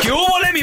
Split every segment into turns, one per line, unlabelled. ¿Qué hubo, le, mi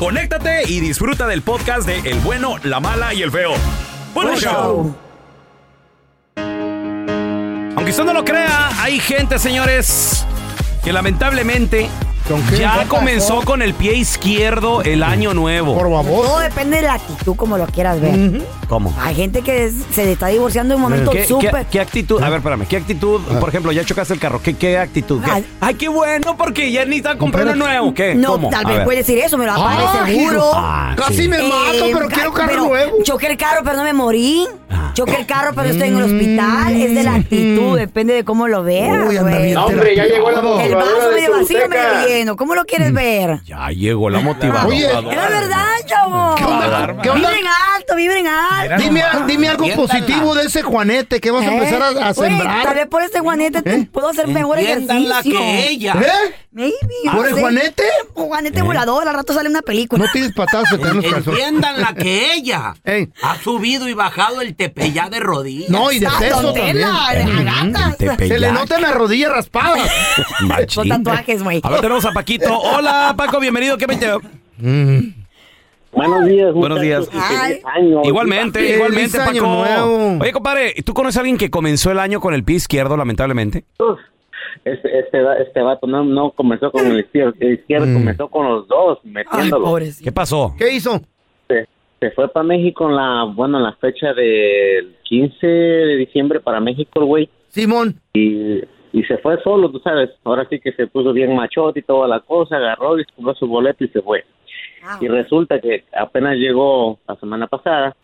conéctate y disfruta del podcast de El bueno, la mala y el feo. ¡Buen
Buen
show! Aunque usted no lo crea, hay gente, señores, que lamentablemente
qué? ¿Qué
ya
pasó?
comenzó con el pie izquierdo el año nuevo.
Por
Todo
favor.
depende de la actitud, como lo quieras ver.
¿Cómo?
Hay gente que es- se le está divorciando en un momento
¿Qué, qué,
súper.
qué actitud?
¿Eh?
A ver, espérame. ¿Qué actitud?
Ah.
Por ejemplo, ya chocaste el carro. ¿Qué, qué actitud? ¿Qué?
Ay.
Ay, qué bueno, porque ya ni están comprando nuevo. ¿Qué?
No,
¿Cómo?
tal
A
vez
ver.
puede decir eso, me lo
Ah,
apague seguro.
hijo.
Ah,
Casi
sí.
me mato,
Eh,
pero quiero carro
pero
nuevo.
Choqué el carro, pero no me morí.
Ah.
Choqué el carro, pero estoy en el hospital. Es de la actitud, depende de cómo lo veas.
Mm. Uy, anda
güey.
bien.
No, hombre, ya llegó la
El
motivadora
vaso
de
medio vacío,
Sulteca.
medio lleno. ¿Cómo lo quieres
Mm.
ver?
Ya llegó la motivadora.
Oye.
Es la verdad, chavo.
onda? ¿Qué onda?
Vibren alto, vibren alto.
Dime, dime algo positivo de ese Juanete que vas a
¿Eh?
empezar a, a
Güey, Tal
sembrar.
vez por este guanete te- puedo hacer mejor
Entiéndanla
ejercicio.
que ella. ¿Eh?
¿Eh?
Maybe, yo
¿Por
no
el
sé.
Juanete?
Un Juanete volador, al rato sale una película.
No tienes patadas que te dan los calzones.
Entiéndanla que ella
Ey.
ha subido y bajado el tepeyá de rodillas.
No, y de
Ah,
peso
don
también.
Tela, agatas.
Se le notan las rodillas raspadas.
Con tatuajes, güey.
A ver, tenemos a Paquito. Hola, Paco, bienvenido. ¿Qué me te-
Buenos días,
Buenos días.
Mm. Ay.
años.
Igualmente,
Feliz
igualmente,
año
Paco.
nuevo.
Oye, compadre, ¿tú conoces a alguien que comenzó el año con el pie izquierdo, lamentablemente?
Uf, Este, este, va- este vato no, no comenzó con el izquierdo, el izquierdo comenzó con los dos,
Ay,
metiéndolo.
pobrecito.
Mm. ¿Qué pasó?
¿Qué hizo?
se, se fue para México en la, bueno, en la fecha del 15 de diciembre para México, el güey,
Simón.
y, y se fue solo, tú sabes. Ahora sí que se puso bien machote y toda la cosa, agarró y compró su boleto y se fue.
Ah,
Y resulta que apenas llegó la semana pasada,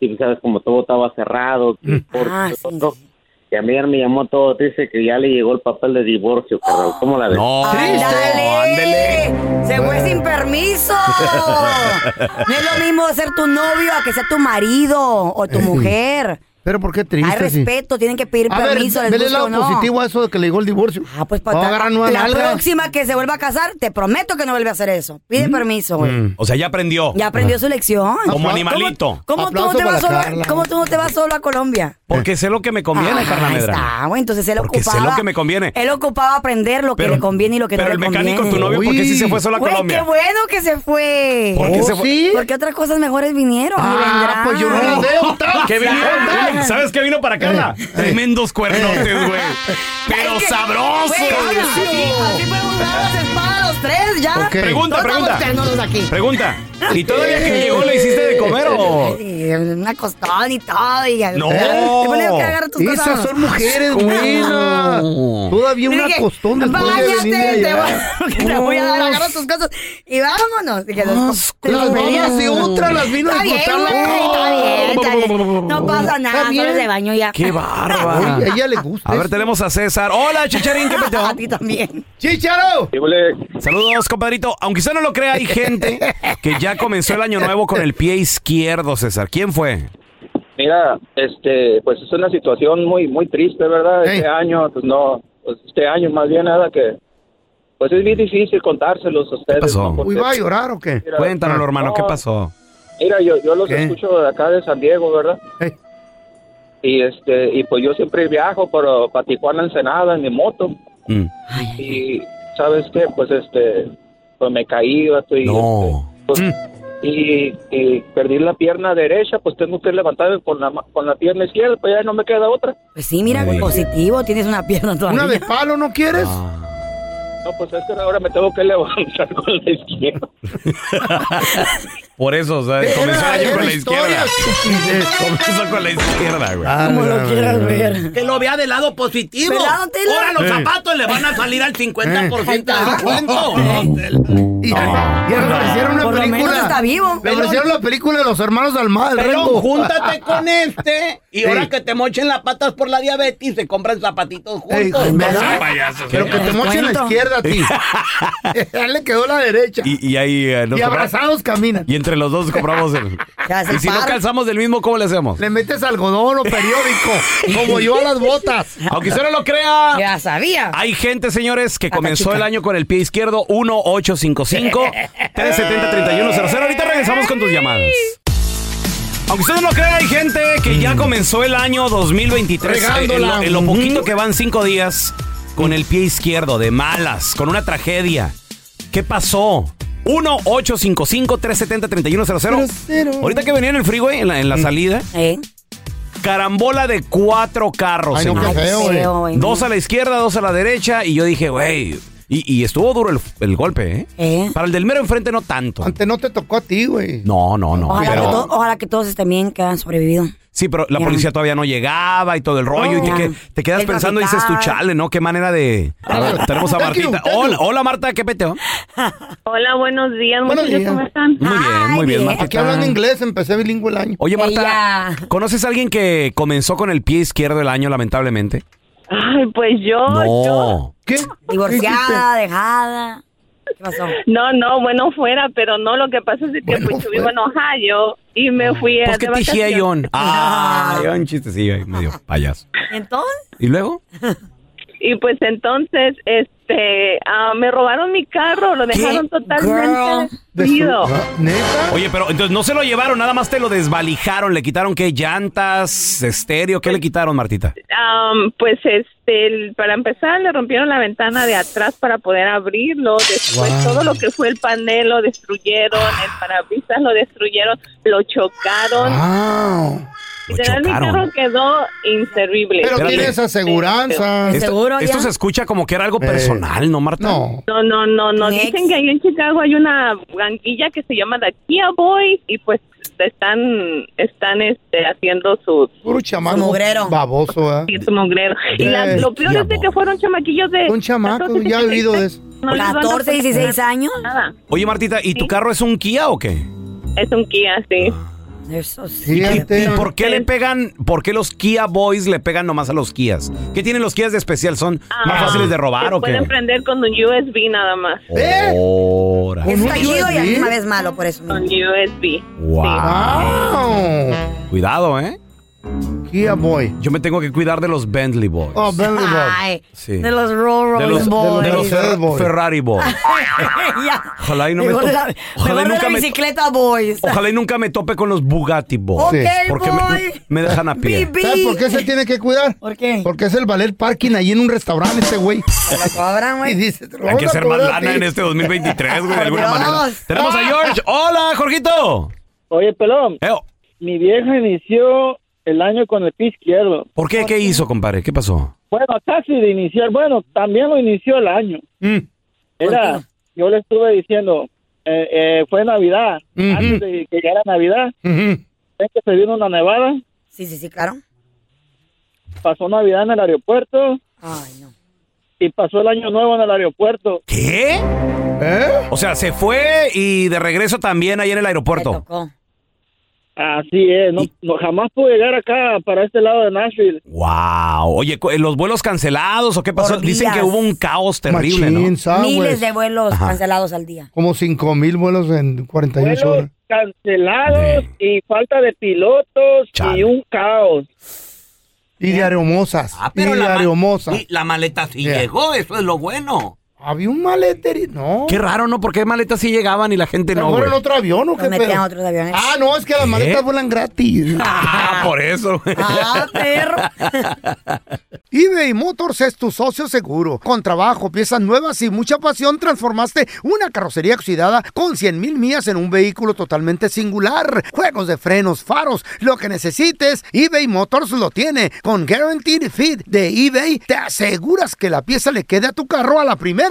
y tú sabes, como todo estaba cerrado, por
Ah, sí,
todo,
sí.
Y a mí me llamó todo, dice que ya le llegó el papel de divorcio, carnal. ¿Cómo la ves?
No.
¡Ándale! Se fue sin permiso. No es lo mismo ser tu novio a que sea tu marido o tu mujer.
Pero ¿por qué
Hay
triste? sí?
respeto, tienen que pedir
A ver,
permiso. les
vele el
guste
lado
o no.
positivo a eso de que le llegó el divorcio.
Ah, pues
No
para
agarra nueva
la
nalga.
próxima que se vuelva a casar, te prometo que no vuelve a hacer eso. Pide permiso, güey.
O sea, ya aprendió.
Ya aprendió su lección.
Mm. Como
¿Cómo-
animalito.
¿Cómo, tú no
Aplauso
te vas
para
solo,
Carla.
cómo tú no te vas solo a Colombia?
Porque sé lo que me conviene,
Ah, Ahí
Carnamedra.
está, güey. Entonces él
Porque sé
ocupaba.
lo que me conviene.
Él ocupaba aprender lo que
Pero-
le conviene y lo que no
Pero
le
el
conviene.
mecánico, tu novio, ¿por qué sí se fue solo a
Güey, qué
Colombia?
bueno que se fue. ¿Oh,
¿Por qué se fue?
¿Sí?
Porque otras cosas mejores vinieron. y
Ah,
vendrán.
pues yo no lo veo. tal.
¿Qué vino?
Ah.
Tal.
¿Sabes qué vino para Carla? Tremendos cuernotes, güey. Pero
Eh, Es que-
sabroso.
Güey, es que así- así fue un lado, se espada a los tres, ya ¿verdad?
¿Por qué?
Pregunta,
Todos
pregunta.
estamos aquí.
Pregunta. ¿Y todavía que llegó le hiciste de comer o.?
Ay, una costón y todo. Y,
No.
Te ponía que agarrar tus cosas.
Esas son mujeres buenas. Todavía una
Dije,
costón después de venir ¿eh? de
"Báñate, te voy,
allá.
porque te voy a dar, agarra tus cosas y vámonos. Dije, los, te los
Las
pedías.
babas de otra las vino a
Está bien,
explotar
güey, está bien, está bien. No pasa nada,
Está bien.
solo de baño ya. Ah.
¡Qué bárbara!
Oye, a ella le gusta.
A ver,
eso.
tenemos a César. Hola, Chicharín, ¿qué peteo?
A ti también.
¡Chicharo!
¿Qué huele?
Saludos, compadrito. Aunque usted no lo crea, hay gente que ya comenzó el año nuevo con el pie izquierdo, César. ¿Quién fue?
Mira, este, pues es una situación muy, muy triste, ¿verdad?
Ey.
Este año, pues no, pues, este año más bien nada que, pues es bien difícil contárselos a ustedes.
pasó?
¿no?
Uy,
Porque,
¿va a llorar o qué?
mira,
Cuéntanoslo, hermano, ¿qué
no,
pasó?
Mira, yo, yo los
¿Qué?
escucho de acá de San Diego, ¿verdad?
Ey.
Y este, y pues yo siempre viajo para, para Tijuana, Ensenada, en mi moto.
Mm.
Y, ¿sabes qué? Pues este, pues me caí, vato,
este,
y,
No.
pues,
Mm.
y, y perdí la pierna derecha, pues tengo que levantarme con la, ma- con la pierna izquierda, pues ya no me queda otra.
Pues sí, mira,
Güey.
positivo, tienes una pierna todavía.
¿Una de palo no quieres?
Ah.
No, pues es que ahora me tengo que levantar con la izquierda.
Por eso, o sea,
Era-
comenzó el año
era
con la
historia,
izquierda.
estupidez.
Comenzó con la izquierda, güey.
Ah,
Como lo quieras ver.
Que lo vea del lado positivo.
Pelado, tela.
Ahora los zapatos le van a salir al 50% de descuento.
Y, y le ofrecieron una
Por lo
película.
menos está vivo.
Le ofrecieron la película de los hermanos Dalmada, el Rengo.
Pero júntate con este y
Sí.
ahora que te mochen las patas por la diabetes se compran zapatitos
Ey,
juntos.
¿verdad?
Payaso,
Pero que te
Descuento.
mochen la izquierda a ti. Ya le quedó la derecha. Y,
Y, y ahí eh, nos compra-
abrazados caminan.
Y entre los dos compramos el.
Se hace
Y si no
par.
calzamos del mismo, ¿cómo le hacemos?
Le metes algodón o periódico, como yo a las botas.
Aunque usted no lo crea.
Ya sabía.
Hay gente, señores, que
Hasta
comenzó
chica.
el año con el pie izquierdo 1-855-370-3100. Ahorita regresamos con tus llamadas. Aunque usted no lo crea, hay gente que ya comenzó el año 2023 eh, en lo,
Regándola.
en lo poquito que van cinco días con el pie izquierdo, de malas, con una tragedia. ¿Qué pasó? 1-855-370-3100. Ahorita que venía en el freeway, en la, en la salida,
¿Eh?
carambola de cuatro carros.
Ay, no,
señores.
qué feo,
Ay,
güey.
feo, güey.
Dos a la izquierda, dos a la derecha. Y yo dije, güey. Y, y estuvo duro el, el golpe, ¿eh?
¿Eh?
Para el del mero enfrente no tanto.
Antes no te tocó a ti, güey.
No, no, no.
Ojalá,
pero-
que to- ojalá que todos estén bien, que han sobrevivido.
sí, pero la
Ya.
policía todavía no llegaba y todo el rollo. y te,
Ya.
que- te quedas
El
pensando y dices tú,
traficar.
chale, ¿no? Qué manera de. A ver, tenemos a
Thank you,
Martita.
thank you.
Hola, hola Marta, ¿qué peteo?
Hola, buenos días,
Buenos
muchachos,
días.
¿cómo están?
Muy bien, muy
Ay,
bien,
bien.
Marta.
Aquí hablando inglés, empecé bilingüe el año.
Oye, Marta,
Ella.
¿conoces a alguien que comenzó con el pie izquierdo el año, lamentablemente?
Ay, pues yo, yo,
No.
¿Qué?
Divorciada, dejada. ¿Qué pasó?
no, no, bueno fuera, pero no, lo que pasa es que
Bueno Ah.
pues, yo
fuera.
vivo en Ohio y me fui a
¿Por Pues, qué
de
te dije,
vacaciones.
John? Ah, un chistecillo ahí, medio payaso.
Entonces,
¿Y luego?
Y pues entonces, este, ah, me robaron mi carro, lo dejaron totalmente
¿Qué hiciste?
destruido.
Destru- ¿Neta?
Oye, pero entonces no se lo llevaron, nada más te lo desvalijaron, le quitaron qué llantas, estéreo, ¿qué le quitaron, Martita?
Am, pues este, el- para empezar, le rompieron la ventana de atrás para poder abrirlo. Después, todo lo que fue el panel lo destruyeron, el
Ah.
parabrisas lo destruyeron, lo chocaron.
Wow.
Lo
Literal, mi
chocaron.
carro quedó inservible. Este,
Pero
Espérate.
tienes aseguranza.
Es- ¿Seguro
esto
ya?
se escucha como que era algo
Eh,
personal, ¿no, Marta?
No.
No, no, no, no.
Next.
Dicen que ahí en Chicago hay una ganguilla que se llama The Kia Boys y pues están, están este, haciendo sus
Puro chamán.
Mugrero.
Baboso, ¿eh? ¿verdad?
su mugrero. Y
The
la- lo peor
Kia
es de
Boys.
que fueron chamaquillos de...
Un chamaco,
14,
ya he oído de
16,
eso.
no les van a
14, 16 años.
Nada.
Oye, Martita, ¿y tu
Sí.
carro es un Kia o qué?
Es un Kia, sí.
Ah, Eso sí.
Fíjate.
¿Y por qué
Sí.
le pegan, por qué los Kia Boys le pegan nomás a los Kias? ¿Qué tienen los Kias de especial? ¿Son más
Ah,
fáciles de robar
se
o qué?
pueden prender con un USB nada más.
¿Eh?
Ahora.
Es
¿Un
fallido y a la
USB?
misma vez malo, por eso.
Con
mismo.
USB.
Wow.
¡Wow!
Cuidado, ¿eh?
Kia Boy.
Yo me tengo que cuidar de los Bentley Boys.
Oh, Bentley Boy.
Ay,
Sí.
de los Rolls
de los,
Royce
de los- de los
Boys.
Boys.
Fer- Ferrari Boys.
Ya.
Ojalá y no me
Mejor
to-
de la-
Ojalá y
mejor de
nunca
la
me-
bicicleta Boys.
Ojalá y nunca me tope con los Bugatti Boys.
Ok,
Porque
voy.
me, me dejan a pie.
Bibi.
¿Sabes por qué se tiene que cuidar?
¿Por qué?
Porque es el valer parking ahí en un restaurante este güey.
La cobran,
Y
güey.
dice,
Hay que ser más lana en
esto.
este 2023, güey, de alguna
Por Dios.
manera. Tenemos a George. Hola, Jorgito.
Oye, pelón,
Eh,
mi vieja inició el año con el pie izquierdo.
¿Por qué? ¿Qué hizo, compadre? ¿Qué pasó?
Mm.
Bueno, casi de iniciar, bueno, también lo inició el año. Era,
yo le estuve diciendo, eh, eh, fue Navidad,
Mm-hmm.
Ujú.
antes de que llegara Navidad,
Ujú.
ven que se vino una nevada,
Sí, sí, sí, claro.
pasó Navidad en el aeropuerto. Y pasó el año nuevo en el aeropuerto.
¿Qué? O sea, se fue y de regreso también ahí en el aeropuerto.
Así es, no, no- jamás pude llegar acá para este lado de Nashville.
Wow. Oye, cu- ¿los vuelos cancelados o qué pasó?
Por
Dicen
días.
que hubo un caos terrible,
Machín,
¿no?
¿sabes?
Miles de vuelos
ah, Ajá.
cancelados al día.
Como 5 mil vuelos en 48
Vuelos
horas.
cancelados y falta de pilotos y un caos.
Y de aeromosas.
Ah,
y de
ma-
aeromosas.
sí, la maleta sí
Yeah.
llegó, eso es lo bueno.
Había un maletería. No.
Qué raro, ¿no? Porque maletas sí llegaban y la gente no,
¿Fueron
güey.
en otro avión o
Los
qué
metían
pedo?
a otros aviones.
Ah, no, es que las maletas vuelan gratis.
Ah, por eso. güey.
Ah, perro.
eBay Motors es tu socio seguro. Con trabajo, piezas nuevas y mucha pasión, transformaste una carrocería oxidada con 100 mil millas en un vehículo totalmente singular. Juegos de frenos, faros, lo que necesites, eBay Motors lo tiene. Con Guaranteed Fit de eBay, te aseguras que la pieza le quede a tu carro a la primera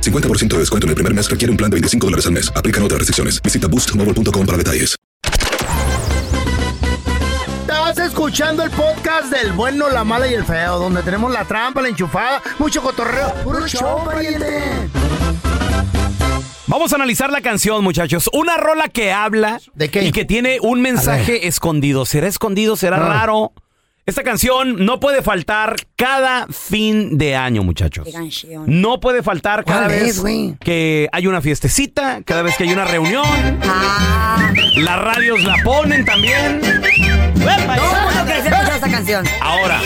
50% de descuento en el primer mes requiere un plan de 25 dólares al mes. Aplican otras restricciones. Visita boostmobile.com para detalles.
Estás escuchando el podcast del bueno, la mala y el feo, donde tenemos la trampa, la enchufada, mucho cotorreo. ¡Puro show, pariente!
Vamos a analizar la canción, muchachos. Una rola que habla
¿De qué?
y que tiene un mensaje escondido. ¿Será escondido? ¿Será
Ah.
raro? Esta canción no puede faltar cada fin de año, muchachos.
Qué canción.
No puede faltar cada
¿Cuál es,
vez
güey?
que hay una fiestecita, cada vez que hay una reunión.
Ah,
Las radios la ponen también.
todo el mundo crece escuchando esta canción.
Ahora,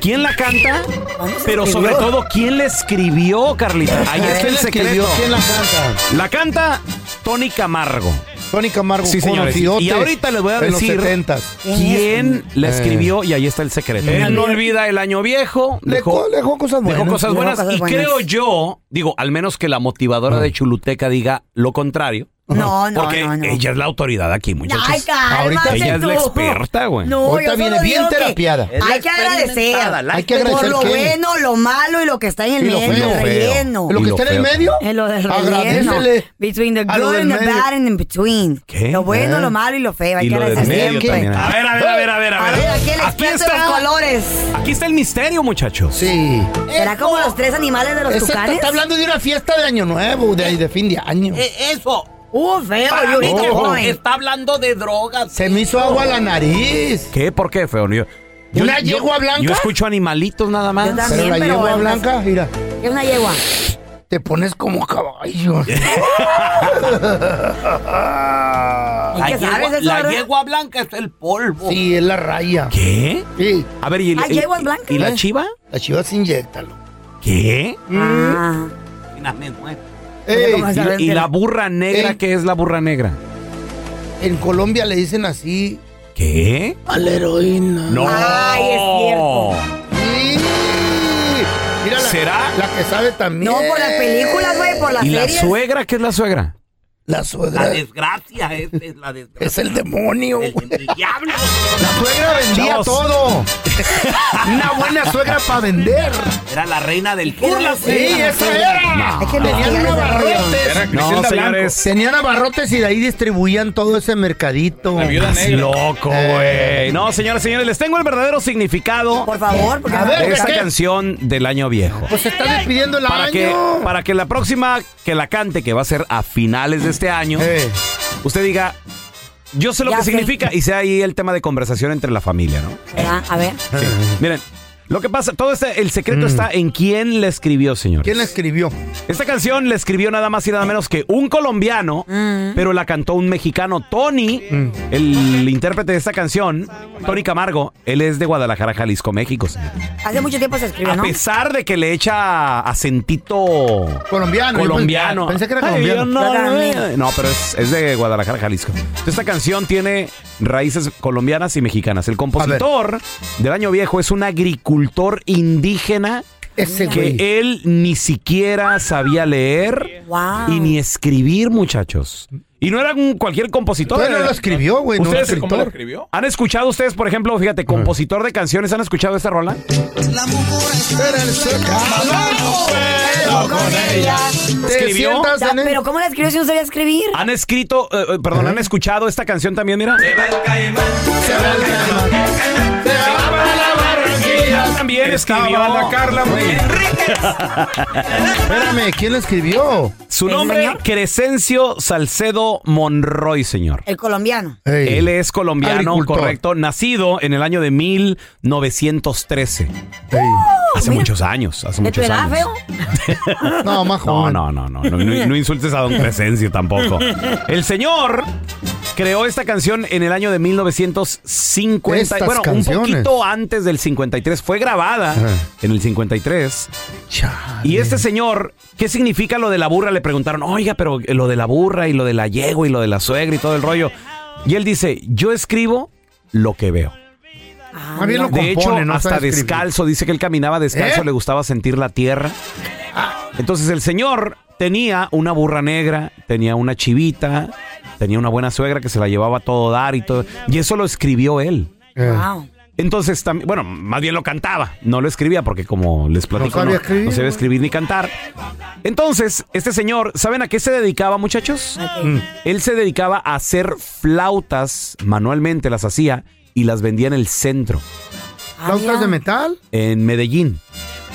¿quién la canta?
¿Cuándo se
Pero sobre
escribió?
todo, ¿quién la escribió, Carlita? Ahí está el secreto.
¿Quién la canta?
La canta Tony Camargo.
Tony Camargo,
Sí, señores.
conocidote
Y ahorita les voy a
en los
decir-
70s.
¿Quién la
Eh.
escribió? Y ahí está el secreto. Él no olvida el año viejo.
Le
Dejó,
co- le Mm. dejó cosas buenas.
dejó cosas
dejó
buenas.
cosas
y
buenas. Ah.
creo yo, digo, al menos que la motivadora de Chuluteca diga lo contrario.
No, no,
porque
no, no.
ella es la autoridad aquí, muchachos.
Ay, cálmate
Ahorita-
ella es la
tú.
experta, güey.
No,
Ahorita
yo solo
viene bien
digo que
terapiada. Es
la
Hay que
experimentada,
agradecer.
la
Hay que agradecer
Por lo
que-
bueno, lo malo y lo que está en el
Y lo
medio,
feo.
el relleno.
Lo
Y
que
lo
está en el
feo.
medio,
En lo del relleno.
agradecele.
Between the
a lo
good
del
and the
medio.
bad and in between.
¿Qué? ¿Eh?
Lo bueno,
Ah.
lo malo y lo feo. Hay
Y
que
lo del
agradecer
medio
siempre.
también. A ver, a ver, a ver, a ver.
A ver, aquí el
Aquí
experto de los
está,
colores.
aquí está el misterio, muchachos.
Sí.
¿Será como los tres animales de los
Ese está,
tucanes?
está hablando de una fiesta de Año Nuevo, de, de fin de año.
E- eso.
Uh, feo,
Para mí
Yurito,
que
joven.
está hablando de drogas.
Se me hizo agua la nariz.
¿Qué? ¿Por qué, feo? Yo,
¿Una yegua blanca?
Yo escucho animalitos nada más.
Yo también.
Pero la
pero
yegua
bueno, pues,
blanca, mira,
Es una yegua.
te pones como caballo.
La,
¿Qué
yegua,
sabes de eso,
la
verdad?
yegua blanca es el polvo.
Sí, es la raya.
¿Qué?
Sí,
A ver, ¿y,
Ah,
y-
yeguas blancas.
y la chiva?
la chiva se inyectalo.
¿Qué?
Ah.
Imagínate, bueno.
Ey,
¿Cómo
¿Y,
sabes
y
que
la
la-
burra negra?
Ey.
¿Qué es la burra negra?
en Colombia le dicen así
¿Qué?
a la heroína.
No.
Ay, es cierto.
Sí. Mira la,
¿Será?
la que sabe también.
No, por las películas, güey, por las
¿Y la
series.
suegra? ¿Qué es la suegra? Ah, eh.
La
La
suegra
desgracia es, es la desgracia.
es el demonio.
El,
güey.
el diablo.
La suegra vendía
Chavos.
todo. Una buena suegra para vender.
Era la reina del
Sí, esa era.
No.
Tenían
No. Era
abarrotes.
Griselda
No,
Blanco.
señores. Tenían abarrotes y de ahí distribuían todo ese mercadito. Eh.
Estás loco, güey. No, señoras y señores, les tengo el verdadero significado. Por
favor,
A ver,
de
¿de
esta
qué?
canción del año viejo.
Pues se está despidiendo el
para
año.
que para que la próxima que la cante, que va a ser a finales de este año, usted diga yo sé lo
Ya
que
sé.
significa y sea ahí el tema de conversación entre la familia, ¿no?
¿Verdad? A ver.
Sí. Miren, lo que pasa, todo este, el secreto está en quién la escribió, señor.
Mm. ¿Quién la escribió?
Esta canción la escribió nada más y nada menos que un colombiano,
Mm.
pero la cantó un mexicano, Tony,
Mm.
el intérprete de esta canción, Tony Camargo. Él es de Guadalajara, Jalisco, México. señor.
Hace mucho tiempo se escribió,
A
¿no?
pesar de que le echa acentito
Colombiano. yo
colombiano.
Pensé, pensé que era
Ay,
colombiano.
yo no, no, pero es, es de Guadalajara, Jalisco. Entonces, esta canción tiene raíces colombianas y mexicanas. El compositor del año viejo es un agricultor indígena
Ese
que
güey.
él ni siquiera sabía leer
Wow.
y ni escribir, muchachos. Y no era un cualquier compositor.
Todavía no
era-
lo escribió, güey, no
¿Ustedes-
era escritor. ¿Cómo lo
¿Han escuchado ustedes, por ejemplo, fíjate, compositor de canciones, ¿han escuchado esta rola? Escribió-
Ya, Pero ¿cómo la escribió si no sabía escribir?
Han escrito, eh, eh, perdón, han escuchado esta canción también, mira. También escribió.
Espérame, ¿quién la escribió?
Su nombre, Crescencio Salcedo Monroy, señor.
El colombiano.
Él es colombiano,
Agricultor.
correcto, nacido en el año de 1913. hace muchos años, hace
¿De tu
muchos
edad,
años.
feo?
No, más
No, no, no, no, no, no- no insultes a don Crescencio tampoco. El señor creó esta canción en el año de 1950,
Estas
bueno, un
canciones.
poquito antes del 53, fue grabada
Ajá.
en el 53. Y este señor, ¿qué significa lo de la burra? Le preguntaron, oiga, pero lo de la burra y lo de la yegua y lo de la suegra y todo el rollo. Y él dice, yo escribo lo que veo.
Más bien lo
de hecho,
compone, no
hasta
sabe escribir.
descalzo, dice que él caminaba descalzo,
¿Eh?
le gustaba sentir la tierra. Entonces el señor tenía una burra negra, tenía una chivita, tenía una buena suegra que se la llevaba a todo dar y todo. Y eso lo escribió él.
Eh.
Wow.
Entonces, también, bueno, más bien lo cantaba, no lo escribía porque como les platico, no,
sabía escribir,
no sabía
güey.
escribir ni cantar. Entonces, este señor, ¿saben a qué se dedicaba, muchachos?
Mm.
Él se dedicaba a hacer flautas manualmente, las hacía y las vendía en el centro,
Ah, mira.
¿Flautas de metal?
en Medellín.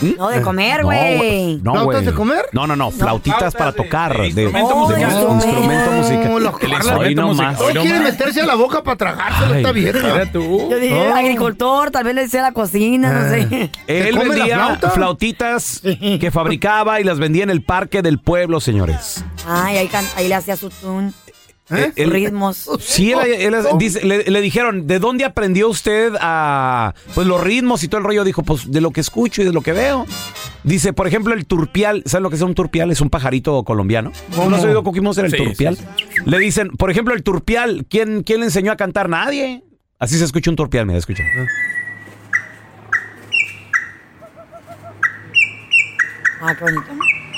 ¿Mm? Eh,
No, de comer,
No,
güey.
No,
¿Flautas
güey.
de comer? Ah,
No, no, no, flautitas para tocar. De,
instrumento Oh, musical.
de Instrumento
instrumento.
musical.
los
El
Carlos,
instrumento
no
musical.
¿Quién quiere meterse a la boca para tragárselo
Ay,
esta vieja?
Yo dije,
Oh.
No.
agricultor, tal vez le sea la cocina, no
Eh.
sé.
¿Se
Él
come la
vendía
flauta?
flautitas que fabricaba y las vendía en el parque del pueblo, señores.
Ay, ahí, can- ahí le hacía su tune,
¿Eh?
Él-
ritmos.
Sí, él- él- él- dice- le, le dijeron, ¿de dónde aprendió usted a pues los ritmos y todo el rollo? Dijo, pues de lo que escucho y de lo que veo. Dice, por ejemplo, el turpial, ¿sabes lo que es un turpial? Es un pajarito colombiano. ¿No has oído Cookie Monster, el turpial? Le dicen, por ejemplo, el turpial, ¿quién, ¿quién le enseñó a cantar? Nadie. Así se escucha un turpial, mira, escucha.
Ah, qué bonito.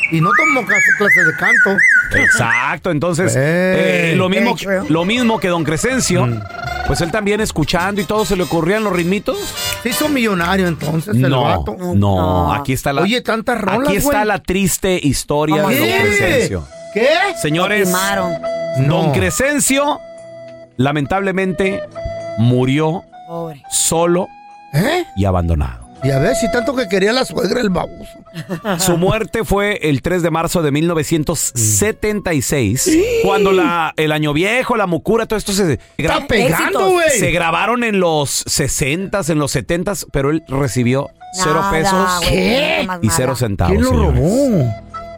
Y no tomó clas- clases de canto.
Exacto, entonces
Ey. Mm.
eh, lo, mismo,
Ey, creo.
lo mismo que don Crescencio, pues él también escuchando y todo, ¿se le ocurrían los ritmitos?
Se hizo millonario entonces el
No,
vato. Ah.
no,
No.
aquí está la...
Oye, tantas rolas,
Aquí está
güey.
la triste historia de Don
¿Qué?
Crescencio.
¿Qué?
Lo
Señores,
timaron.
Don
No.
Crescencio lamentablemente murió
Pobre.
solo
¿Eh?
y abandonado.
Y a ver si tanto que quería la suegra el baboso.
Su muerte fue el 3 de marzo de 1976,
Mm.
cuando la, el año viejo, la mucura, todo esto se, gra-
Está pegando,
éxitos.
güey.
se grabaron en los 60s, en los 70s, pero él recibió cero
Nada,
pesos
güey,
¿Qué?
nada más
y
nada.
cero centavos.
¿Quién lo
señores.
robó?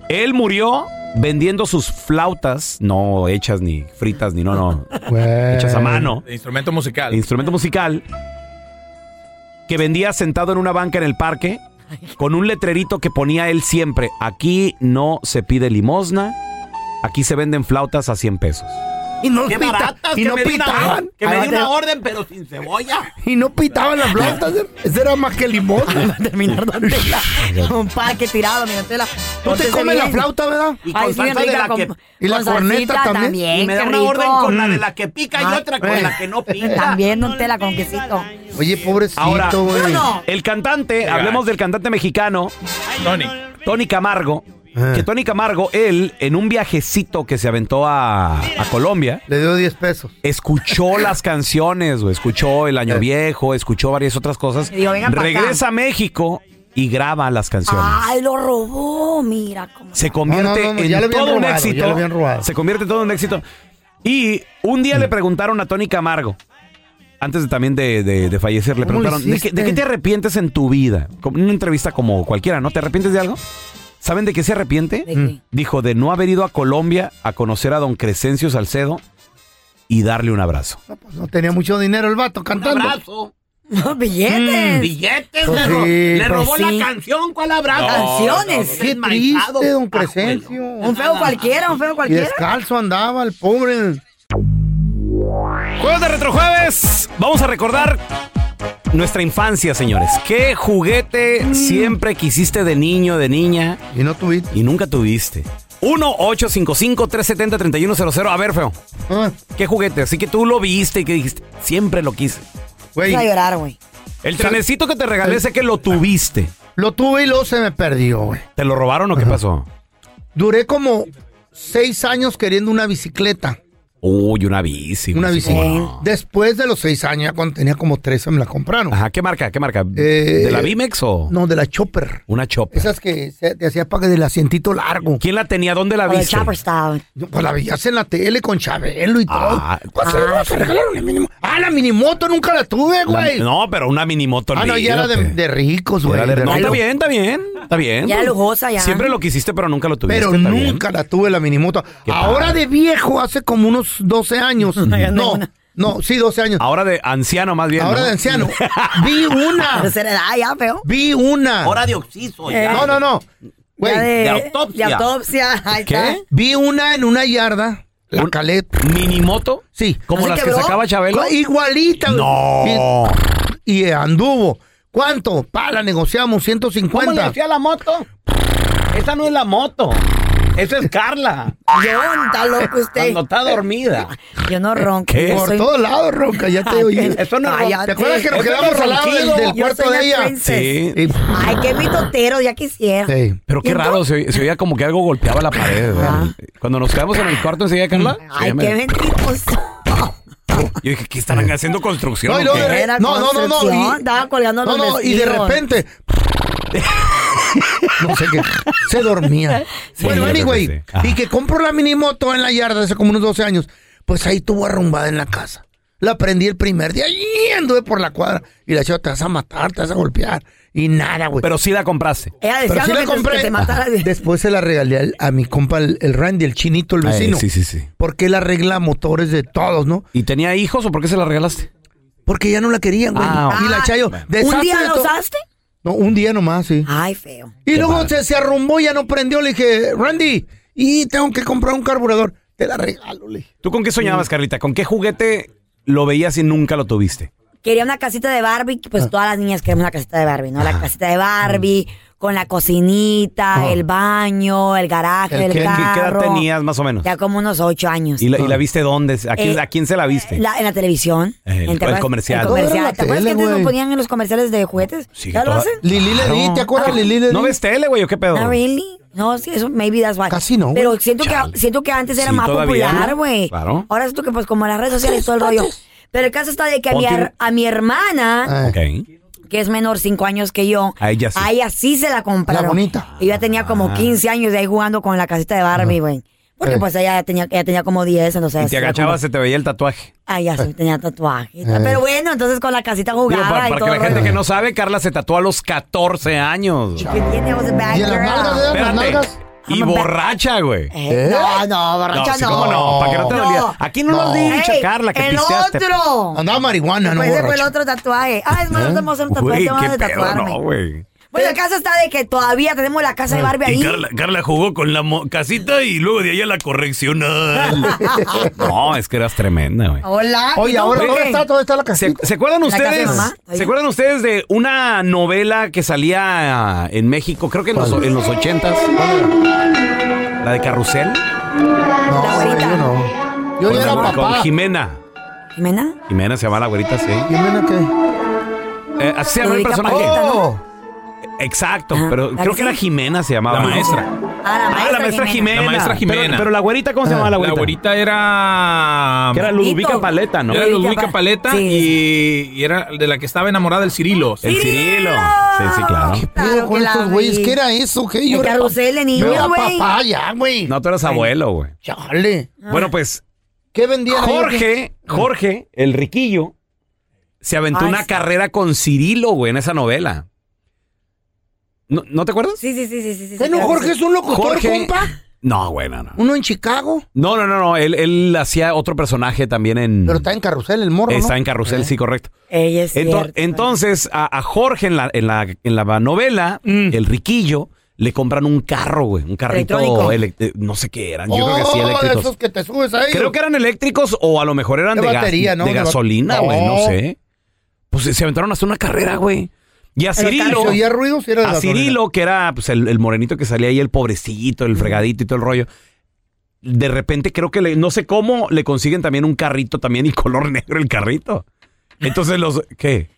Él murió vendiendo sus flautas, no hechas ni fritas, ni no, no,
Güey.
hechas a mano,
Instrumento musical.
instrumento musical, que vendía sentado en una banca en el parque, con un letrerito que ponía él siempre, aquí no se pide limosna, aquí se venden flautas a 100 pesos.
Y no,
Qué
pita-
baratas
y
que
no
me di una-
pitaban.
Que me
Ahí
di
va
una
a-
orden, pero sin cebolla.
Y no pitaban las plantas. eh. Ese era más que limón.
Terminar Don Tela. Un parque tirado, mira, Tela.
Tú te
Pórtese
comes la
bien.
flauta, ¿verdad?
Y
Ay,
con
sí, bien
salsa de
rica.
la que...
con-
y la
con salsita
corneta también.
Y me
qué
da una
rico. Mm. Ah.
orden con la de la que pica y
Ay,
otra con la que no pica.
También, don Tela, con quesito.
Oye, pobrecito,
Ahora,
güey.
el cantante, hablemos del cantante mexicano. Tony. Tony Camargo.
Eh.
Que Tony Camargo, él, en un viajecito que se aventó a, a Colombia.
Le dio 10 pesos.
Escuchó las canciones, güey, Escuchó El Año Viejo, escuchó varias otras cosas.
Eh. Y dijo, "Vengan pa' acá".
Regresa a México y graba las canciones.
Ay, lo robó, mira. cómo-
Se convierte
No, no, no, no, ya le
en
habían
todo un
robado, ya le
éxito.
habían robado.
Se convierte en todo un éxito. Y un día le preguntaron a Tony Camargo, antes de- también de, de- de fallecer, le
¿Cómo lo
preguntaron, ¿de qué,
hiciste?
de qué te arrepientes en tu vida? Como en una entrevista como cualquiera, ¿no? ¿Te arrepientes de algo? ¿Saben de qué se arrepiente?
¿De
Mm.
qué?
Dijo, de no haber ido a Colombia a conocer a don Crescencio Salcedo y darle un abrazo.
No tenía mucho dinero el vato cantando.
Abrazo. Mm,
No, billetes.
Billetes. le,
Pues
ro-
sí,
le
pues
robó
sí.
la canción. ¿Cuál abrazo?
Canciones.
Qué
Desmaizado.
triste, don
Ah, bueno.
Crescencio.
Un feo cualquiera, un feo
Y
cualquiera.
descalzo andaba el pobre.
Juegos de Retrojueves. Vamos a recordar nuestra infancia, señores. ¿Qué juguete siempre quisiste de niño, de niña
Mm. Y no tuviste.
y nunca tuviste? 1-855-370-3100. A ver, feo.
Ah,
¿Qué juguete? Así que tú lo viste y que dijiste, siempre lo quise.
Güey,
Voy a llorar, güey.
El trenecito que te regalé sé que lo tuviste.
lo tuve y luego se me perdió, güey.
¿Te lo robaron o qué pasó?
Duré como seis años queriendo una bicicleta.
Uy, una bici.
Una
güey.
bici.
No.
Después de los seis años, ya cuando tenía como 13, me la compraron.
Ajá, ¿qué marca? ¿Qué marca?
Eh,
¿De la Bimex o
No, de la Chopper.
una Chopper?
Esas que se, te hacía para que del asientito largo.
¿Quién la tenía? ¿Dónde la
O el
viste?
Chopper Style.
Yo, Pues la veías en la tele con Chabelo y
Ah,
todo. Oh, ¿Cuál se la- se regalaron la minimo- Ah, la minimoto nunca la tuve,
La-
güey.
no, pero una minimoto.
ah, no, ya era de,
olvídate.
de ricos, güey.
Era de-
de
no, está
ricos.
bien, está bien, está bien.
Ya lujosa, ya.
Siempre lo quisiste, pero nunca lo tuviste.
Pero
está bien.
nunca la tuve la minimoto.
Qué
Ahora
padre.
de viejo, hace como unos 12 años. no, no, sí, 12 años.
Ahora de anciano, más bien.
Ahora
¿no?
de anciano. Vi una.
Tercera edad, ya, feo. Eh,
Vi una.
Hora de oxiso. ya.
No, no, no. Güey,
Ya
de autopsia.
De autopsia. Ahí está.
¿Qué?
vi una en una yarda. La
Un-
calet.
¿Minimoto?
Sí.
Como
¿No se
las que
quebró?
sacaba Chabelo.
Igualita. güey.
No.
Y, y anduvo. ¿Cuánto? Pa, la negociamos, 150.
a la moto?
Esa no es la moto. Esa es Carla.
Yo, está loco pues, usted.
está dormida.
Yo
Eh,
no ronco.
¿Qué?
Yo
Por
soy-
todos lados, Ronca, ya te oí.
Eso no-
Cállate.
¿Te acuerdas que nos
Eso
quedamos
no
al lado del,
ronquido.
del
Yo
cuarto
soy la
de ella?
princesa.
Sí.
Y-
Ay, qué mitotero, ya quisiera.
sí.
Pero qué
¿Y entonces?
raro, se, se oía como que algo golpeaba la pared. güey.
Ah.
Cuando nos quedamos en el cuarto enseguida, Carla.
Mm. Ay,
sí, me-
qué
Eh,
mentiroso.
Yo dije, ¿qué estarán haciendo construcción?
No,
o
y luego
qué?
de-
Era
no, no, no, no,
construcción,
y-
estaba colgando
no,
los
no, y de
vestidos.
repente. no sé qué. Se dormía.
Sí,
bueno,
yo creo
anyway.
que sí. Ajá.
Y que compro la minimoto en la yarda hace como unos 12 años. Pues ahí tuvo arrumbada en la casa. La prendí el primer día y anduve por la cuadra. Y la chava, te vas a matar, te vas a golpear. Y nada, güey.
Pero sí la compraste.
Pero
Ella Eh, ah, decía
sí
que
la
te-
compré.
que te matara.
Después se la regalé al- a mi compa, el, el Randy, el chinito, el
Ay,
vecino.
Ah, sí, sí, sí.
Porque él arregla motores de todos, ¿no?
¿Y tenía hijos o por qué se la regalaste?
Porque ya no la querían, güey.
Ah,
y la Chayo,
¿Un
deshazte
día
de
la
todo.
usaste?
No, un día nomás, sí.
Ay, feo.
Y luego
padre.
se, se arrumbó, ya no prendió. Le dije, Randy, y tengo que comprar un carburador. Te la regalo, le dije.
¿Tú con qué
Mm.
soñabas, Carlita? ¿Con qué juguete lo veías y nunca lo tuviste?
Quería una casita de Barbie, que, pues todas las niñas queremos una casita de Barbie, ¿no? La casita de Barbie, con la cocinita, el baño, el garaje,
El
el,
que- ¿qué- qué
¿Qué,
carro.
qué edad tenías más o menos?
Ya como unos ocho años.
¿Y la, y la viste dónde? ¿A quién,
Eh,
a quién se la viste?
La- en la televisión.
El-
¿En- te
el
acuerdas?
comercial.
El
Todo era en la
comercial. ¿Te acuerdas
tele,
que antes
güey.
nos ponían en los comerciales de juguetes?
Sí,
¿Ya lo
toda-
hacen?
Lili le di, ¿te acuerdas, Lili le di?
¿No ves tele, güey, o qué pedo?
No, really? No, sí, eso, maybe that's why.
Casi no,
Pero
güey.
siento
Chale.
que, siento que antes era
Sí,
más
todavía,
popular,
¿no?
güey.
Claro.
Ahora siento que, pues, como las redes sociales, todo el rollo. Pero el caso está de que a mi,
Ponte un-
her- a mi hermana,
Ah,
Ok.
que es menor cinco años que yo,
A ella sí. Ah.
sí se la compraron.
La bonita.
Y yo ya tenía como 15 años de ahí jugando con la casita de Barbie, güey. Porque,
Eh.
pues, ella tenía, ella tenía como 10, entonces...
Y te
se la
agachabas, se te veía el tatuaje.
Ah, ya sí, tenía tatuaje.
Eh.
Pero bueno, entonces con la casita
Digo,
jugaba
para
y
para
todo.
que la gente
rollo.
que no sabe, Carla se tatuó a los 14 años.
Que tiene, I was a bad
¿Y en las
girl.
nalgas, eh? ¿Las nalgas?
Y
I'm a bad-
borracha, güey.
Eh, No, no, borracha
sí,
no.
¿Cómo no? ¿Para que no te
No.
dolía? Aquí no lo has
Ey,
dicho, Carla, que
el
pisteaste.
otro.
Andaba marihuana, no ¿Eh?
Pues ese fue el
borracho.
otro tatuaje. Ah, es más,
¿Eh?
no te vamos a hacer un tatuaje,
Güey,
te vamos a
qué pedo,
tatuarme.
no, güey. Eh.
bueno, el caso está de que todavía tenemos la casa de Barbie ahí.
jugó con la casita y luego de ahí a la correccional. no, es que eras tremenda, güey.
Hola. ¿y
Oye,
tú
ahora,
por
¿dónde
qué?
está? ¿Dónde está la
¿Se,
casita?
se acuerdan
¿La casa de
ustedes?
mamá?
¿Se acuerdan ustedes de una novela que salía en México? Creo que en los, en los ochentas. La de Carrusel.
No,
La abuelita.
yo no. Yo
Con,
ya era
con
papá.
Jimena.
Jimena.
Jimena se llama la güerita, sí.
Jimena, ¿qué?
Eh, así se llama el personaje. Oh. Exacto,
Ah,
pero creo que era Jimena se llamaba.
La
¿no?
maestra.
Ah, la maestra Jimena.
La maestra Jimena. Ah,
Pero, pero la güerita, ¿cómo se llamaba la
La
güerita?
güerita era.
Que era Ludovica Paleta, ¿no?
Era
Ludovica
Ludovica
Pa-
Paleta y, y era de la que estaba enamorada del Cirilo.
El Cirilo. Sí, sí, claro.
Ah,
Pero con estos güeyes, ¿qué era eso? ¿Qué?
El
era
carrusel de niños,
Yo era
güey.
papá ya, Ah, güey.
No, tú eras abuelo, güey.
Chale.
Ah.
Bueno, pues
¿Qué vendían? ahí o
Jorge,
qué?
Jorge, el riquillo, se aventó
Ay,
una
sí.
carrera con Cirilo, güey, en esa novela. ¿No, no te acuerdas?
Sí, sí, sí, sí, sí. sí,
Bueno,
claro que
Jorge
sí.
es un locutor,
Jorge.
compa.
No, güey, no, no.
Uno en Chicago,
No, no, no, no. Él, él hacía otro personaje también en.
pero está en carrusel el morro,
Está
¿no?
en Carrusel, sí, correcto.
Ella es
Ento-
cierto.
entonces, a, a Jorge en la, en la, en la novela,
Mm.
el riquillo, le compran un carro, güey. Un carrito.
Electrónico.
elec- eh, no sé qué eran. Yo creo que sí,
Oh, de
eléctricos.
esos que te subes Pues ahí.
Creo que eran eléctricos o a lo mejor eran
De
de, gas-
batería, ¿no?
de
De ba-
gasolina, güey. No.
No.
sé. Pues se aventaron hasta una carrera, güey. Y a Cirilo.
Se oía ruido si era de
A
gasolina.
Cirilo, que era pues, el, el morenito que salía ahí, el pobrecito, el fregadito y todo el rollo. De repente creo que le- no sé cómo le consiguen también un carrito también y color negro el carrito. Entonces los ¿qué?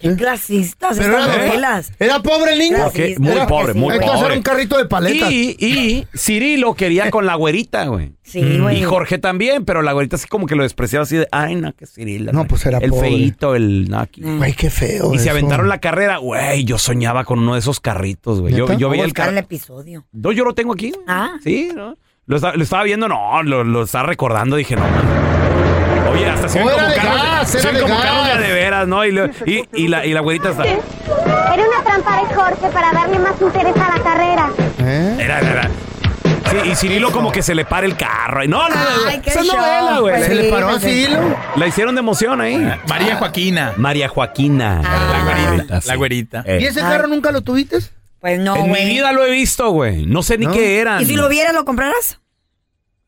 Qué clasistas
Pero
estas
era,
novelas.
era pobre el niño.
Claro que
Porque muy
Era-
pobre, muy
Entonces
pobre.
era un carrito de paleta.
Y, y Cirilo quería con la güerita, güey.
Mm.
Sí, güey.
Y Jorge también, pero la güerita así como que lo despreciaba así de, ay, no, que Cirilo.
No,
güey.
pues era
El
pobre.
feíto, el no, aquí.
Güey, qué feo.
Y se
eso.
aventaron la carrera, güey, yo soñaba con uno de esos carritos, güey. Yo,
¿Neta?
yo
Voy
veía
a
el
buscar
carro.
el episodio.
No, yo lo tengo aquí. güey.
Ah.
Sí, ¿no? Lo, esta- lo estaba viendo, no, lo, lo estaba recordando, dije, no. man. Oye, hasta se
No,
ven
era
como
de
carros,
gas,
se
era
ven
de
como
gas.
carros de de veras, ¿no? Y, le- y- y la, y la güerita está...
Era una trampa de Jorge para darle más interés a la carrera.
¿Eh?
Era, era, era. Sí, y Cirilo como que se le para el carro. Y No, no, no.
Ay, qué
esa es
show,
novela, Ah, güey.
Se le paró a
Pues Sí,
Cirilo.
La hicieron de emoción ahí.
María Joaquina.
María Joaquina.
Ah.
la güerita.
La güerita.
Eh.
¿Y ese carro nunca lo tuviste?
Pues no,
En mi
güey.
vida lo he visto, güey. No sé ni
¿No?
qué eran.
¿Y si lo vieras, lo compraras?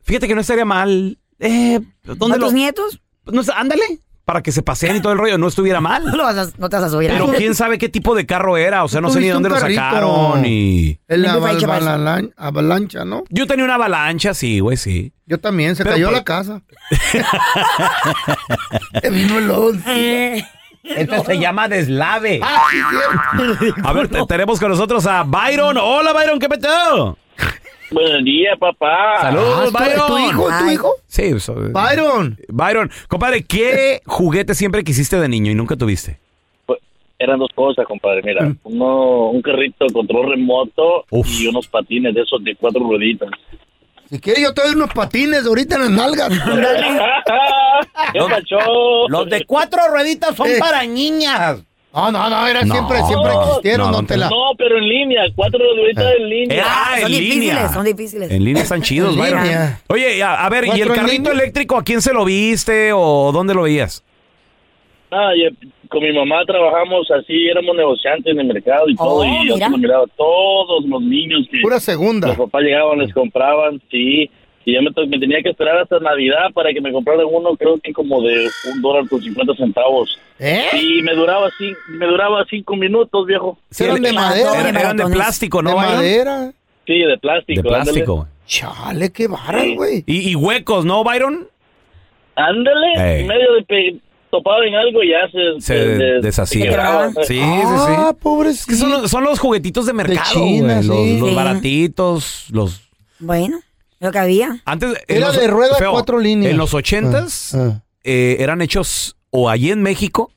Fíjate que no estaría mal. Eh,
¿A
¿Dónde lo...?
tus nietos?
No sé, ándale. Para que se paseen y todo el rollo. No estuviera mal.
No, lo vas a- no te vas a subir.
Pero
¿eh?
quién sabe qué tipo de carro era, o sea, no
Tú
sé ni
tuviste
dónde
un
lo
carrito.
sacaron y...
El
Nunca he hecho eso.
avalan- avalancha, ¿no?
Yo tenía una avalancha, sí, güey, sí.
Yo también, se
Pero,
cayó
pues-
la casa. Te vino el once.
Eh,
Esto Este se llama deslave.
Ah, sí, cierto.
A ver, te- tenemos con nosotros a Byron. Hola, Byron, ¿qué peteo?
Buen día, papá.
Ah,
Saludos,
¿es tu- es
Byron.
tu hijo? ¿Es tu
Ay.
hijo?
Sí, so-
Byron.
Byron, compadre, ¿qué juguete siempre quisiste de niño y nunca tuviste?
Eran dos cosas, compadre. Mira, uno, un carrito de control remoto
Mm. Uf.
y unos patines de esos de cuatro rueditas.
Si quieres, yo te doy unos patines ahorita en las nalgas.
¡Qué macho!
de cuatro rueditas
son para
niñas.
No, no, no, Eh, era
No.
siempre, siempre existieron,
No,
no,
no
te la.
No, pero en línea, cuatro rueditas en línea.
Ah, en
son difíciles,
línea.
son difíciles.
En línea están chidos,
En
Byron.
línea.
Oye, a, a ver, ¿y el
¿Cuatro en
carrito
línea?
eléctrico a quién se lo viste o dónde lo veías?
Ah, y con mi mamá trabajamos así, éramos negociantes en el mercado y todo,
Oh,
y yo
mira.
siempre miraba a todos los niños que
Pura segunda.
los papás llegaban, les compraban, sí, y yo me, to- me tenía que esperar hasta Navidad para que me compraran uno, creo que como de un dólar con cincuenta centavos,
¿Eh?
y me duraba así, me duraba cinco minutos, viejo,
Sí,
eran
el-
de madera.
Eran, eran de
Maratones.
plástico,
de
¿no, Byron?
madera.
sí, de plástico,
De plástico. güey.
Chale, qué varas, güey.
Y, y huecos, ¿no, Byron?
ándale, ándale,
Ey.
en medio de pe- topaba en algo y ya se,
Se
se- se-
deshacía.
se quebraba.
Sí,
Ah,
sí, sí. Es
pobrecito.
que son, los- son los juguetitos de mercado,
China,
güey, los,
sí.
los
Sí.
baratitos, los...
Bueno, lo que había.
Antes... en
Era
los-
de rueda
feo,
cuatro líneas.
En los ochentas
Ah, ah.
eh, eran hechos o allí en México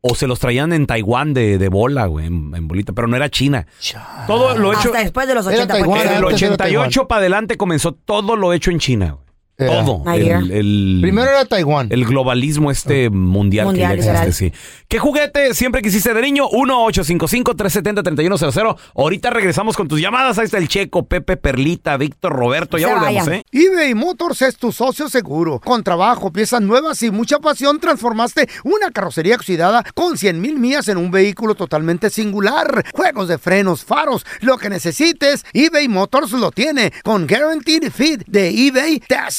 o se los traían en Taiwán de, de bola, güey, en, en bolita, pero no era China.
Chale.
Todo lo hecho...
Hasta después de los
Era
80.
Taiwán,
En
Ahora,
el
antes era
88 para adelante comenzó todo lo hecho en China, güey.
Era.
Todo.
Ah,
El-
ya.
el-
Primero era Taiwán. Ah.
El globalismo este mundial,
Mundial,
que ya existe,
literal.
sí. ¿Qué juguete siempre quisiste de niño? 1-855-370-3100. Ahorita regresamos con tus llamadas. Ahí está el Checo, Pepe, Perlita, Víctor, Roberto. Ya
Se
volvemos,
vayan.
¿eh?
eBay Motors es tu socio seguro. Con trabajo, piezas nuevas y mucha pasión, transformaste una carrocería oxidada con 100 mil millas en un vehículo totalmente singular. Juegos de frenos, faros, lo que necesites, eBay Motors lo tiene. Con Guaranteed Fit de eBay, te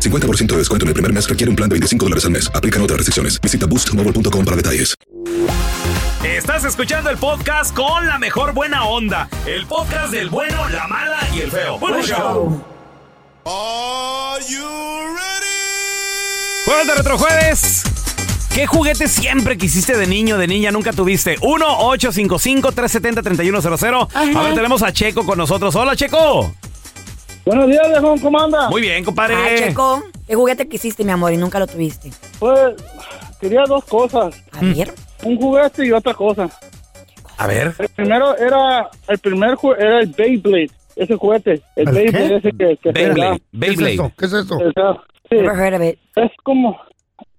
50% de descuento en el primer mes requiere un plan de 25 dólares al mes. Aplican otras restricciones. Visita boostmobile.com para detalles.
¿eh?
Estás escuchando el podcast con la mejor buena onda. El podcast del bueno, la mala y el feo. Bueno, show.
Juegos de Retrojueves. ¿Qué juguete siempre quisiste de niño, de niña, nunca tuviste? 1-855-370-3100. A ver, tenemos a Checo con nosotros. Hola, Checo.
Buenos días, viejón, ¿cómo anda?
Muy bien, compadre.
Ah, Checo, ¿qué juguete quisiste, mi amor, y nunca lo tuviste?
Pues quería dos cosas.
A ver.
Un juguete y otra cosa.
A ver.
El primero era el primer ju- era el Beyblade, ese juguete, el
¿El qué?
Beyblade ese que, que se da.
Beyblade. Beyblade.
¿Qué es eso?
Never heard of it.
Es como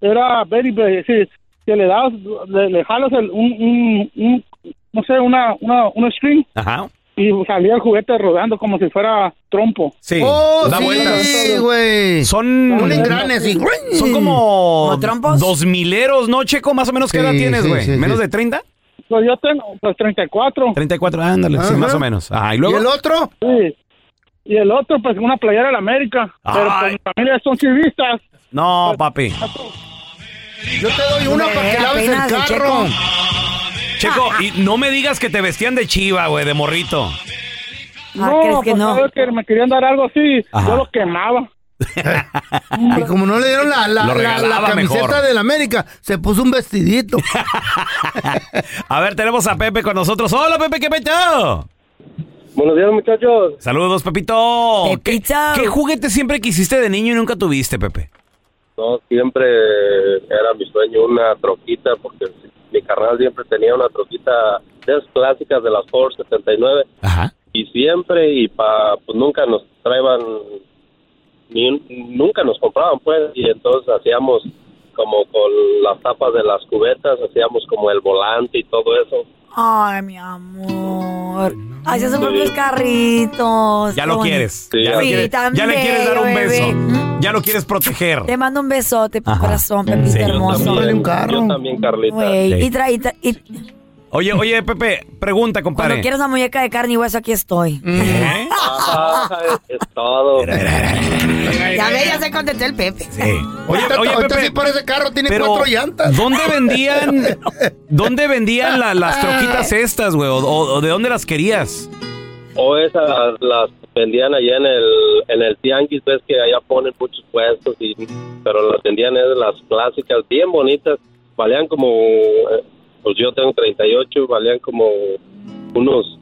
era Beyblade, sí, que le das le, le jalas el- un, un, un- no sé, una una una string
Ajá.
y salía el juguete rodando como si fuera trompo.
Sí.
Oh, Da sí, vueltas. güey.
Son
Un engrane así.
Son como dos mileros, ¿no, Checo? Más o menos, ¿qué
Sí,
edad tienes,
sí,
güey?
sí,
¿Menos
sí.
de 30?
Pues yo tengo pues 34.
34, ándale, sí,
Ajá.
más o menos. Ajá, y luego...
otro?
Sí. Y el otro, pues una playera de la América.
Ah.
Pero pues, mi familia son chivistas.
No, papi.
Yo te doy una para que laves el carro.
Ah,
Checo, y no me digas que te vestían de chiva, güey, de morrito.
no,
¿crees que
pues,
no?
sabes que me querían dar algo así,
Ajá.
yo lo quemaba.
Y como no le dieron la, la,
Lo
la, la
regalaba
camiseta
mejor.
del América, se puso un vestidito.
A ver, tenemos a Pepe con nosotros. Hola, Pepe, ¿qué peteo?
Buenos días, muchachos.
Saludos, Pepito. ¿Qué, qué juguete siempre quisiste de niño y nunca tuviste, Pepe?
No, siempre era mi sueño una troquita, porque mi carnal siempre tenía una troquita de esas clásicas de las Ford 79. Y siempre, y pa, pues nunca nos traían, ni, un- nunca nos compraban, pues. Y entonces hacíamos como con las tapas de las cubetas, hacíamos como el volante y todo eso.
Ay, mi amor. Ay, se son los carritos.
Ya lo
Qué
quieres.
bonito.
Ya, lo
Pues Sí,
quieres
tan
ya le quieres dar un
bello,
beso. ¿Mm?
bebé.
Ya lo quieres proteger.
Te mando un besote,
Ajá.
corazón, Pepito
Sí.
hermoso.
Cómprale un
Yo también, Carlita.
Güey,
Sí.
y tra- y tra- y
Oye, oye, Pepe, pregunta, compadre.
cuando quieras una muñeca de carne y hueso, aquí estoy.
¿Eh?
Ajá, Ah, es todo.
Ya ve, ya se contentó el Pepe.
Sí. Oye,
Ahorita-
oye,
ahorita
Pepe,
sí parece carro, tiene
pero
cuatro llantas.
¿Dónde vendían, dónde vendían la- las troquitas estas, güey? O, o- o de dónde las querías?
O esas las vendían allá en el, en el tianguis, ves que allá ponen muchos puestos, y, pero las vendían esas, las clásicas, bien bonitas, valían como, eh, pues yo tengo 38, valían como unos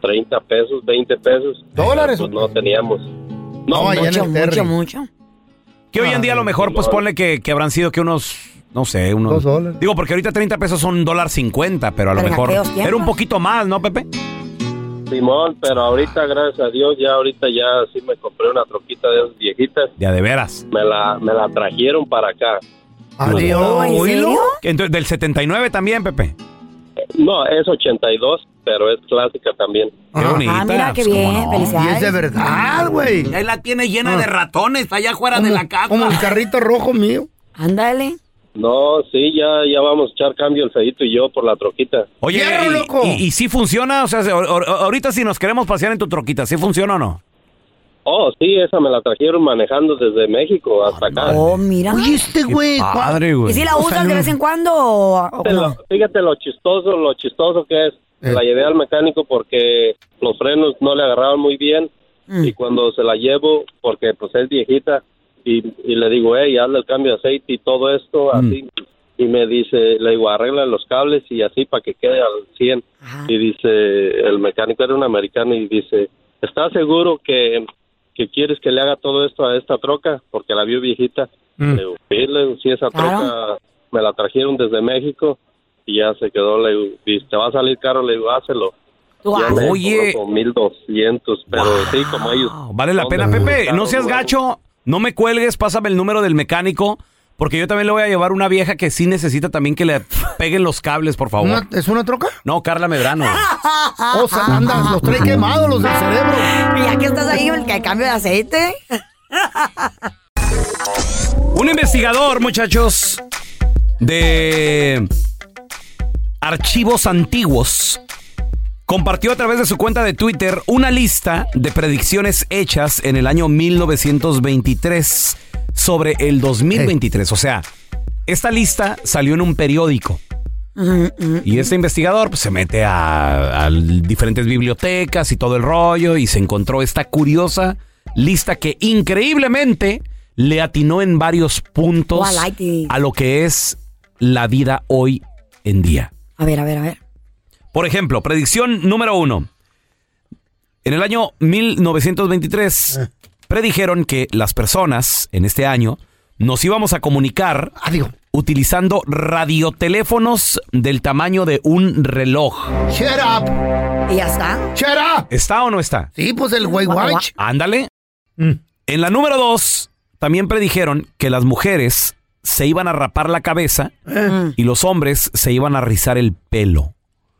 30 pesos, 20 pesos. ¿Dólares? Pues no teníamos. No,
mucho, mucho, mucho.
Que hoy en día a lo mejor, pues ponle que, que habrán sido que unos, no sé, unos...
Ah, Dos dólares.
Digo, porque ahorita 30 pesos son dólar 50, pero a lo
Pero en
mejor
aquellos tiempos.
era un poquito más, ¿no, Pepe?
Simón, pero ahorita, gracias a Dios, ya ahorita ya sí me compré una troquita de esas viejitas.
Ya de veras.
Me la, me la trajeron para acá.
Ah, Adiós.
¿Oílo? Entonces, del 79 también, Pepe.
No, es 82, pero es clásica también.
Qué bonita.
Ah. mira, qué bien, felicidades.
Pues, Y es de verdad, güey. Ah.
Ahí la tiene llena de ratones allá afuera de la casa.
Como el carrito rojo mío.
Ándale.
No, sí, ya, ya vamos a echar cambio el feito y yo por la troquita.
Oye, y, y, y sí funciona, o sea, se- o- o- ahorita si nos queremos pasear en tu troquita, ¿sí funciona o no?
Oh, sí, esa me la trajeron manejando desde México hasta acá.
Oh, mira. Oye, este
güey, cua- padre, güey.
¿Y si la
O sea,
usas de
no-
vez en cuando o, o
Fíjate
no? Eh.
lo, fíjate lo chistoso, lo chistoso que es. Se La llevé al mecánico porque los frenos no le agarraban muy bien y cuando se la llevo, porque pues es viejita, y, y le digo, hey, hazle el cambio de aceite y todo esto, así. Y me dice, le digo, arregla los cables y así para que quede al 100. Y dice, el mecánico era un americano y dice, ¿Estás seguro que, que quieres que le haga todo esto a esta troca? Porque la vio viejita. Le digo, "Sí, le digo, si esa troca me la trajeron desde México y ya se quedó, le digo, "Y te va a salir caro, le digo, hácelo.
Tú
Ya me
Oye.
cobró como 1200, pero sí, como ellos.
Vale la
son
pena,
de-
Pepe. No seas
Claro,
gacho. No me cuelgues. Pásame el número del mecánico. Porque yo también le voy a llevar una vieja que sí necesita también que le peguen los cables, por favor.
¿Una- ¿Es una troca?
No, Carla Medrano.
O sea, andas, los tres quemados, los del cerebro.
Ya que estás ahí, el que cambio de aceite.
Un investigador, muchachos, de archivos antiguos compartió a través de su cuenta de Twitter una lista de predicciones hechas en el año 1923 sobre el 2023. O sea, esta lista salió en un periódico. Y este investigador pues, se mete a, a diferentes bibliotecas y todo el rollo y se encontró esta curiosa lista que increíblemente le atinó en varios puntos
Oh, I like it.
a lo que es la vida hoy en día.
A ver, a ver, a ver.
Por ejemplo, predicción número uno. En el año 1923
Ah.
predijeron que las personas en este año nos íbamos a comunicar utilizando radioteléfonos del tamaño de un reloj.
Shut up.
Y ya está.
Shut up.
¿Está o no está?
Sí, pues el güey watch. Mm.
Ándale. En la número dos también predijeron que las mujeres se iban a rapar la cabeza
Eh.
y los hombres se iban a rizar el pelo.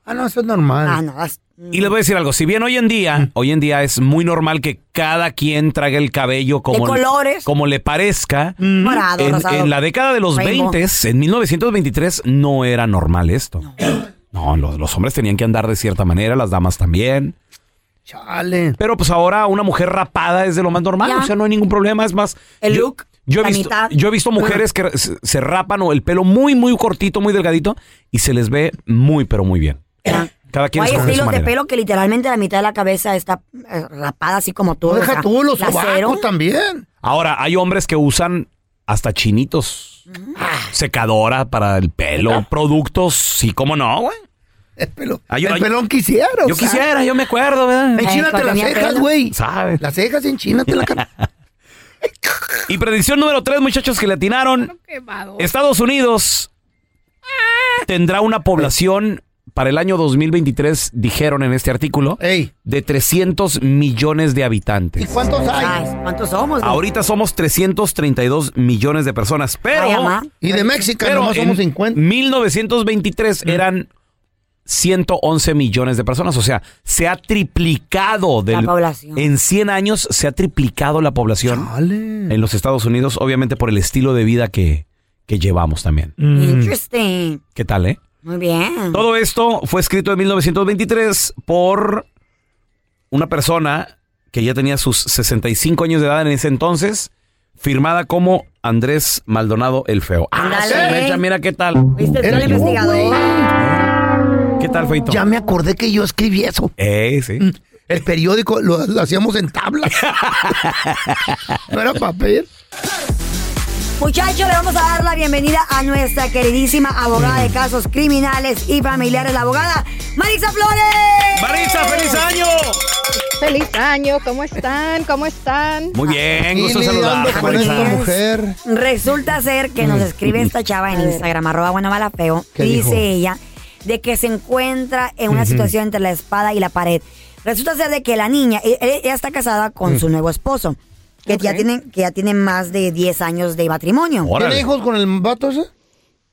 Ah, no, eso es normal.
Ah, no. as-
Y les voy a decir algo, si bien hoy en día, hoy en día es muy normal que cada quien trague el cabello como,
De colores.
como le parezca,
Morado,
en,
rosado.
en la década de los
Rainbow.
20, en 1923, no era normal esto. No, lo- los, hombres tenían que andar de cierta manera, las damas también.
Chale.
Pero pues ahora una mujer rapada es de lo más normal,
Ya.
o sea, no hay ningún problema, es más...
El
yo-
look,
Yo he,
la
visto,
mitad.
yo he visto mujeres que se, se rapan o el pelo muy, muy cortito, muy delgadito, y se les ve muy, pero muy bien. Cada
O
quien
hay
escoge su
estilos de
manera.
pelo que literalmente la mitad de la cabeza está eh, rapada así como tú.
No deja tú, los
sobacos
sobacos también.
Ahora, hay hombres que usan hasta chinitos. Secadora para el pelo, productos, sí, cómo no, güey.
El pelo.
Ay,
el
ay,
pelón quisiera. o
Yo
sea.
quisiera, yo me acuerdo, ¿verdad?
Enchínate las cejas, güey.
¿Sabes?
Las cejas, enchínate la cara.
Y predicción número tres, muchachos, que le atinaron. Estados Unidos tendrá una población para el año 2023, dijeron en este artículo, de 300 millones de habitantes.
¿Cuántos hay?
¿Cuántos somos? güey?
Ahorita somos 332 millones de personas, pero...
Ay, mamá.
Y de México
Pero
nomás somos Mm.
en 1923 eran 111 millones de personas, o sea, se ha triplicado del,
población.
En 100 años se ha triplicado la población en los Estados Unidos, obviamente por el estilo de vida que, que llevamos también.
Mm.
Mm.
Interesting.
¿Qué tal, eh?
Muy bien.
Todo esto fue escrito en 1923 por una persona que ya tenía sus 65 años de edad en ese entonces, firmada como Andrés Maldonado el Feo. Ah,
Ándale.
se me echa, mira qué tal.
¿Viste tú
Era
el
yo,
investigador?
güey. ¿Qué tal, Feito?
Ya me acordé que yo escribí eso. Mm.
Eh, sí.
El periódico lo, lo hacíamos en tabla. no era papel.
Muchachos, le vamos a dar la bienvenida a nuestra queridísima abogada de casos criminales y familiares, la abogada Marisa Flores.
Marisa, feliz año.
Feliz año, ¿cómo están? ¿Cómo están?
Muy bien, gusto saludarte,
con
Marisa.
esta mujer.
Resulta ser que nos escribe esta chava en Instagram, arroba buena mala feo,
Mm. ¿Qué
dice
dijo?
ella de que se encuentra en una
Ujú.
situación entre la espada y la pared. Resulta ser de que la niña, e- e- ella está casada con
Mm.
su nuevo esposo, que, ya tienen, que ya tienen más de 10 años de matrimonio.
¿Tiene hijos con el vato ese?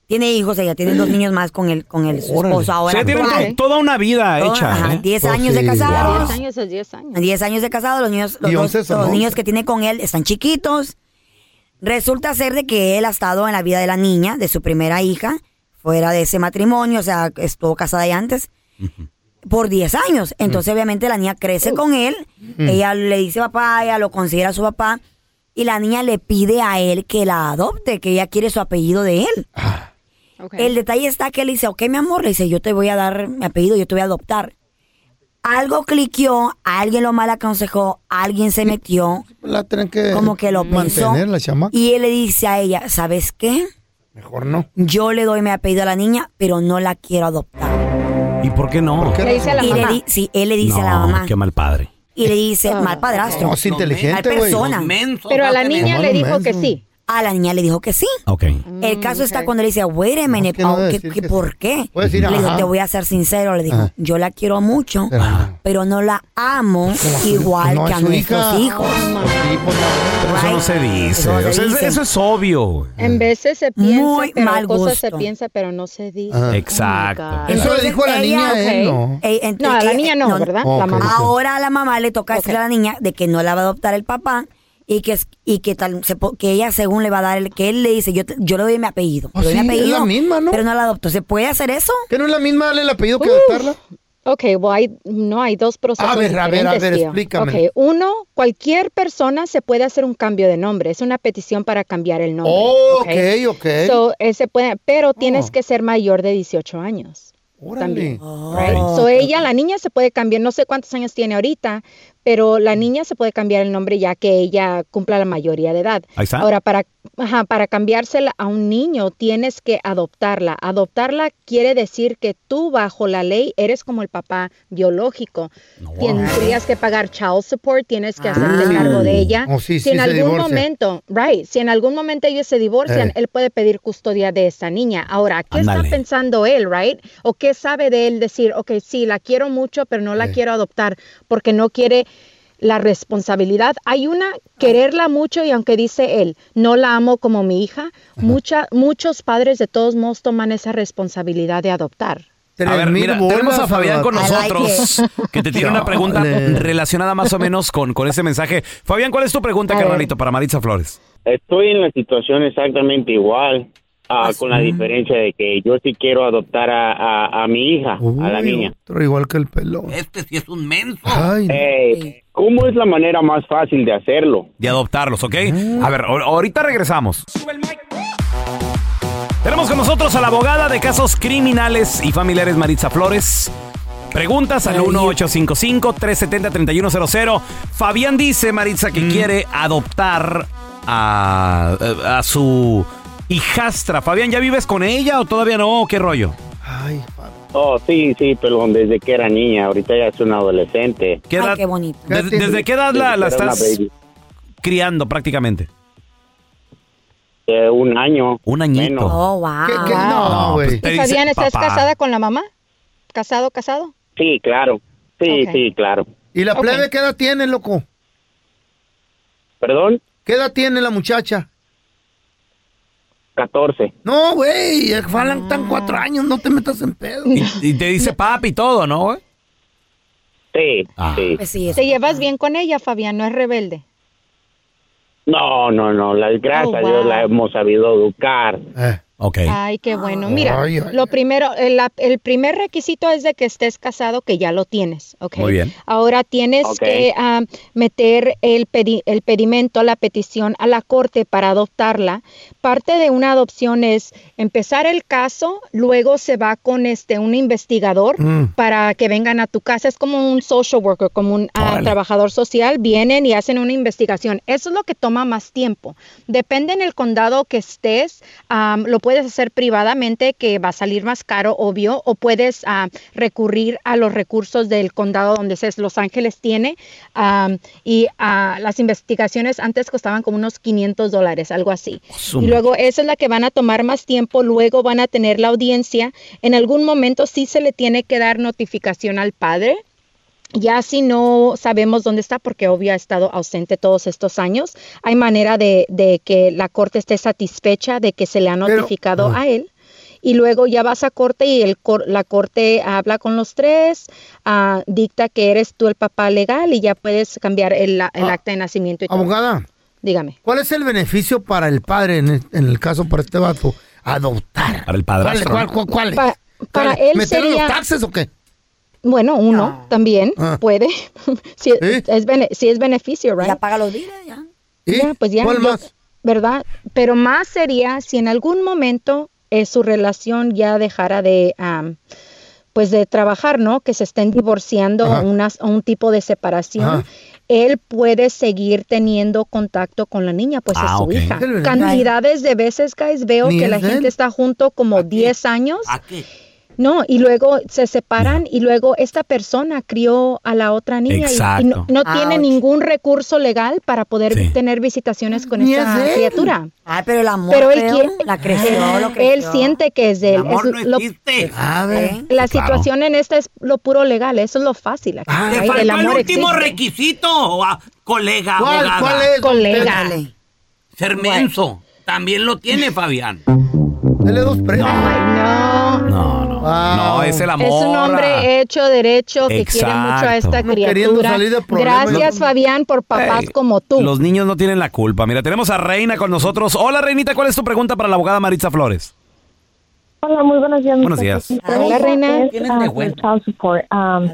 Tiene hijos, ella tiene dos niños más con el con el su esposo
O
Pues ahora.
sea, tienen
actual.
to- toda una vida
Toda,
hecha.
ajá,
¿eh?
10 años de casados.
10 Oh, años es 10 años.
10 años de casado, los niños, los,
Y
dos-
11 son
los
11.
niños que tiene con él están chiquitos. Resulta ser de que él ha estado en la vida de la niña, de su primera hija, fuera de ese matrimonio, o sea, estuvo casada ya antes, por 10 años. Entonces, obviamente, la niña crece con él,
Mm.
ella le dice papá, ella lo considera su papá, y la niña le pide a él que la adopte, que ella quiere su apellido de él. El detalle está que él dice, ok, mi amor, le dice, yo te voy a dar mi apellido, yo te voy a adoptar. Algo cliqueó, alguien lo mal aconsejó, alguien se metió.
La tienen que
como que lo pensó.
mantener, la chamaca.
Y él le dice a ella, ¿sabes qué?
Mejor no.
Yo le doy mi apellido a la niña, pero no la quiero adoptar.
¿Y por qué no?
Y le di- sí, él le dice a la
No,
mamá.
Qué mal padre.
y le dice mal padrastro.
No, es inteligente,
Mal
güey.
persona.
Pero a la niña le dijo que sí.
A la niña le dijo que sí.
Ok.
Mm,
El caso está cuando le dice, wait a minute,
no
Pau,
va a
¿qué-
decir
qué- ¿por qué?
Puede decir,
le dijo,
ajá.
te voy a ser sincero, le dijo,
Ajá.
yo la quiero mucho,
Ajá. Pues
pero no la amo igual
no
que
es
a
su
nuestros
hija.
hijos.
Pero eso no se dice.
Eso no se
o sea, es-
dice.
eso es obvio.
En veces se piensa,
Muy
pero
mal
cosas se
gusto.
piensa, pero no se dice.
Oh
Exacto.
Eso
Ah. le dijo a la niña a él, ¿no?
No, a la niña no, ¿verdad? La mamá.
Ahora a la mamá le toca decirle a la niña de que no la va a adoptar el papá y que, es- y que, tal, se po- que ella según le va a dar, el que él le dice, yo, te- yo le doy mi apellido.
Ah,
le doy mi
sí, es
apellido
la misma, ¿no?
Pero no la adopto. ¿Se puede hacer eso?
¿Que no es la misma darle el apellido que
Uf.
adoptarla?
Ok, bueno, hay, no, hay dos procesos.
A ver, a ver, a
diferentes,
ver,
tío.
explícame.
Ok, uno, cualquier persona se puede hacer un cambio de nombre. Es una petición para cambiar el nombre.
Oh, ok, ok.
So, eh, se puede, pero tienes
Oh.
que ser mayor de 18 años.
Órale.
right?
Oh,
So, ella, la niña se puede cambiar, no sé cuántos años tiene ahorita, pero
Mm.
la niña se puede cambiar el nombre ya que ella cumpla la mayoría de edad.
Ahí está.
Ahora, para, ajá, para cambiársela a un niño, tienes que adoptarla. Adoptarla quiere decir que tú, bajo la ley, eres como el papá biológico. Tendrías que pagar child support, tienes que hacerte
Ah.
cargo de ella.
Oh, sí,
si
sí,
en
se
algún
divorcia.
momento, right, si en algún momento ellos se divorcian,
Eh.
él puede pedir custodia de esa niña. Ahora, ¿qué
Ándale.
está pensando él, right? ¿O qué sabe de él decir, ok, sí, la quiero mucho, pero no la
Eh.
quiero adoptar porque no quiere la responsabilidad. Hay una quererla mucho y aunque dice él, no la amo como mi hija, mucha, muchos padres de todos modos toman esa responsabilidad de adoptar.
A ver,
mil
mira,
bolas,
tenemos a Fabián con
I like
nosotros
it.
que te tiene una pregunta
Chale.
relacionada más o menos con, con ese mensaje. Fabián, ¿cuál es tu pregunta,
A ver.
carnalito, para Maritza Flores?
Estoy en la situación exactamente igual, ah, con la diferencia de que yo sí quiero adoptar a, a- a mi hija, a la
Uy,
niña.
Otro igual que el pelón.
Este sí es un menso. Eh, ¿Cómo es la manera más fácil de hacerlo?
De adoptarlos, ¿ok?
Ah.
A ver, ahor- ahorita regresamos. Tenemos con nosotros a la abogada de casos criminales y familiares Maritza Flores. Preguntas al 1855-370-3100. Fabián dice, Maritza,
Mm.
que quiere adoptar a, eh, a- a su hijastra. Fabián, ¿ya vives con ella o todavía no? ¿Qué rollo?
Oh, sí, sí, pero desde que era niña, ahorita ya es una adolescente.
¿Qué edad-
qué bonito.
des- ¿Desde qué edad la, la
Desde que era una
estás
baby.
criando prácticamente?
De Eh, un año.
Un añito.
Oh, wow.
No, pues, te
Ah. ¿Y
dice
Fabián, estás
papá.
casada con la mamá? ¿Casado, casado?
Sí, claro. Sí,
Ok.
sí, claro.
¿Y la plebe qué edad tiene, loco?
¿Perdón?
¿Qué edad tiene la muchacha?
14.
No, güey, falan tan cuatro años, no te metas en pedo.
Y te dice papi y todo, ¿no? güey?
Sí,
Ah.
sí.
Pues
Pues
¿Te llevas bien con ella, Fabián? ¿No es rebelde?
No, no, no, la, gracias
Oh,
a Dios
wow.
la hemos sabido educar.
Ok.
Ay, qué bueno. Mira,
Ay, ay,
lo primero, el, la- el primer requisito es de que estés casado, que ya lo tienes, ¿ok?
Muy bien.
Ahora tienes
Ok.
que ah, meter el, pedi- el pedimento, la petición a la corte para adoptarla. Parte de una adopción es empezar el caso, luego se va con este un investigador
Mm.
para que vengan a tu casa. Es como un social worker, como un ah, trabajador social. Vienen y hacen una investigación. Eso es lo que toma más tiempo. Depende en el condado que estés. am, lo puedes hacer privadamente, que va a salir más caro, obvio, o puedes ah, recurrir a los recursos del condado donde estés. Los Ángeles tiene. am, y ah, las investigaciones antes costaban como unos 500 dólares, algo así.
Su
Y luego esa es la que van a tomar más tiempo, luego van a tener la audiencia. En algún momento sí se le tiene que dar notificación al padre. Ya si no sabemos dónde está, porque obvio ha estado ausente todos estos años, hay manera de, de que la corte esté satisfecha de que se le ha notificado a él. Y luego ya vas a corte y el cor- la corte habla con los tres, ah, dicta que eres tú el papá legal y ya puedes cambiar el, la- el acta de nacimiento. Y todo.
Abogada,
Dígame.
¿cuál es el beneficio para el padre en el, en el caso para este vato? Adoptar.
Para el
¿Cuál, cuál, cuál, cuál es?
Pa- para
¿Cuál es?
él
¿Meterlo en
sería-
los taxes o qué?
Bueno, uno también
Ah.
puede. si, es bene- si es beneficio, ¿verdad? Ya
paga los días, ya.
Ya, pues ya.
¿Cuál
ya-
más?
¿Verdad? Pero más sería si en algún momento eh, su relación ya dejara de. am, pues de trabajar, ¿no? Que se estén divorciando
Ajá.
o unas- o un tipo de separación,
Ajá.
él puede seguir teniendo contacto con la niña, pues
Ah,
es su
ok.
hija.
Qué
Cantidades de veces, guys, veo
Ni
que
es
la
de
gente
él.
está junto como 10 años No, y luego se separan y luego esta persona crió a la otra niña y- y, no,
Exacto.
no tiene
Ouch.
ningún recurso legal para poder
Sí.
tener visitaciones con
Ni
esta
es él.
criatura.
Ay, pero el amor
Pero él
feo,
quiere-
la creció, lo creció.
Él siente que es de él.
El amor
Es
no
lo-
existe. ¿eh? Sabe.
La
Claro.
situación en esta es lo puro legal, eso es lo fácil. aquí,
Ah,
Te
¿right?
faltó el,
el amor
último
existe.
requisito, o a- colega
¿Cuál-
abogada.
cuál es, don Colega. Pedro?
Ser menso. También lo tiene, Fabián.
Dale dos premios.
No.
No, no. No, es el amor.
Es un
ah.
hombre hecho derecho que quiere mucho a esta
Exacto. No queriendo
criatura.
salir de problemas.
Gracias, Fabián, por papás
Ey,
como tú.
Los niños no tienen la culpa. Mira, tenemos a Reina con nosotros. Hola, Reinita, ¿cuál es tu pregunta para la abogada Maritza Flores?
Hola, muy buenos días.
Buenos días.
Hola, Reina. child support. Um,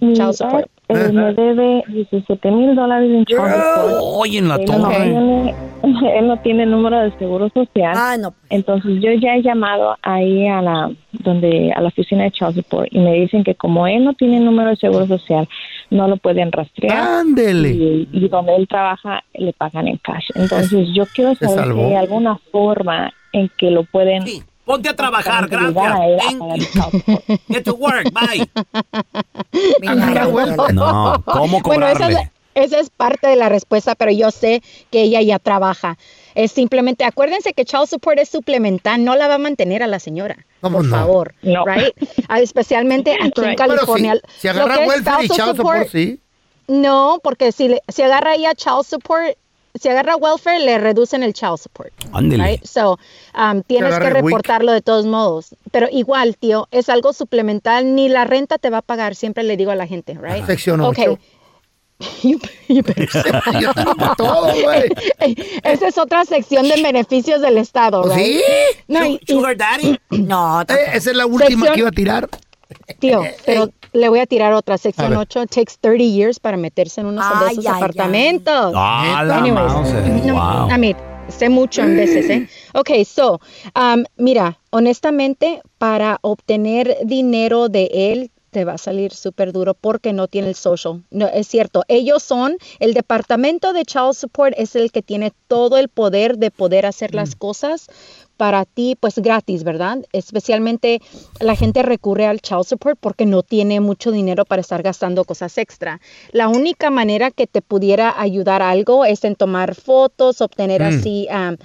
mi
Child support.
ex, eh, me debe 17 mil dólares en child support.
Oye, en la
él, no
torre.
tiene, él no tiene número de seguro social. Entonces yo ya he llamado ahí a la donde a la oficina de child support y me dicen que como él no tiene número de seguro social no lo pueden rastrear.
Ándele.
Y, y donde él trabaja le pagan en cash. Entonces yo quiero
Se
saber si
salvó.
hay alguna forma en que lo pueden
Ponte a trabajar, gracias.
ayudar a él a
Thank
pagar
you. Get to work, bye.
No, ¿cómo
Bueno, esa es,
cobrarle?
esa es parte de la respuesta, pero yo sé que ella ya trabaja. Es simplemente, acuérdense que child support es suplemental, no la va a mantener a la señora.
¿Cómo
por
no?
favor,
No.
right? Ah, Especialmente aquí en
Right.
California.
Pero si, si
Lo
agarra
que es
welfare y
spousal
child support, sí.
No, porque si, le- si agarra ella child support, si agarra welfare, le reducen el child support.
Ándele.
right? So, um, tienes que
agarre WIC.
reportarlo de todos modos. Pero igual, tío, es algo suplemental, ni la renta te va a pagar, siempre le digo a la gente, right?
Sección
Ok,
ocho. Yo tengo pa' todo, güey.
Esa es otra sección de beneficios del Estado,
¿Oh,
right?
sí?
No,
Su-
y-
sugar daddy.
No,
Eh, esa es la última
Sección-
que iba a tirar.
Tío, pero le voy a tirar otra.
Eh, A
Sección
ver.
8 takes 30 years para meterse en unos de
Ay,
esos
ay, ay.
apartamentos.
Ah, la
Anyways,
mouse.
no,
Wow.
I mean, sé mucho en veces, ¿eh? Ok, so, um, mira, honestamente, para obtener dinero de él te va a salir súper duro porque no tiene el social. No, es cierto, ellos son, el departamento de child support es el que tiene todo el poder de poder hacer las cosas para ti, pues gratis, ¿verdad? Especialmente la gente recurre al child support porque no tiene mucho dinero para estar gastando cosas extra. La única manera que te pudiera ayudar algo es en tomar fotos, obtener
Mm.
así, um,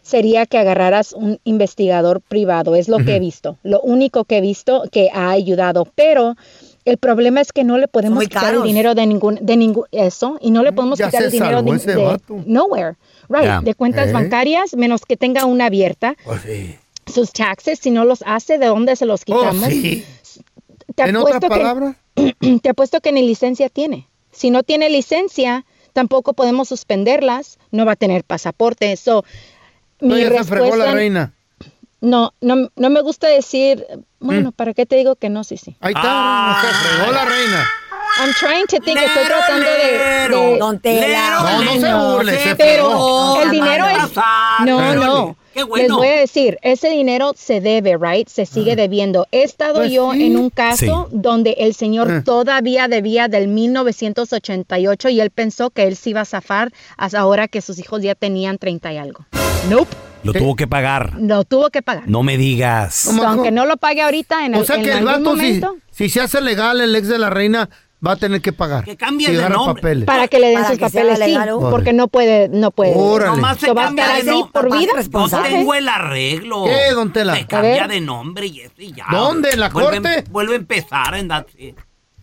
sería que agarraras un investigador privado, es lo que he
Ujú.
visto, lo único que he visto que ha ayudado, pero... El problema es que no le podemos
muy
quitar el
caros.
dinero de ningún, de ningún, eso, y no le podemos
Mm, ya
quitar
se
el dinero
salvó
de,
ese
de-
vato.
nowhere, right,
Ya.
de cuentas
Eh.
bancarias, menos que tenga una abierta sus taxes, si no los hace, ¿de dónde se
Oh,
los quitamos?
sí.
Te
En otras
apuesto que-
palabras.
te apuesto que ni licencia tiene. Si no tiene licencia, tampoco podemos suspenderlas, no va a tener pasaporte. Eso,
No, ya se fregó la reina.
No, no, no me gusta decir, bueno,
Mm.
¿para qué te digo que no? Sí, sí.
Ahí está,
Ah.
se fregó la reina.
I'm trying to think, estoy tratando de... de-
Don Tela.
No, no se burle, se
pero
fregó.
el dinero es... No, no. Les voy a decir, ese dinero se debe, right? Se
Ah.
sigue debiendo. He estado
Pues
yo
sí.
en un caso donde el señor
Ah.
Eh.
todavía debía del 1988 y él pensó que él se iba a zafar hasta ahora que sus hijos ya tenían 30 y algo. Nope,
Lo tuvo que pagar.
no tuvo que pagar.
No me digas.
Eh,
So, aunque no lo pague ahorita en,
O
al-
sea
en
que el
algún
vato, si,
momento,
si se hace legal el ex de la reina, va a tener que pagar. Que
cambie
si
de
agarra
nombre.
papeles.
para que le den
Para
sus
que sea
papeles, sí,
legal, ¿eh?
porque no puede, no puede.
Órale.
Nomás se
So, va a
cambia
estar
de
así
nom-
por vida.
No tengo el arreglo.
¿Qué, don Tela?
Se cambia
A ver.
de nombre y eso y ya.
¿Dónde? ¿En la
Vuelve-
corte?
Vuelve a empezar en la... eh,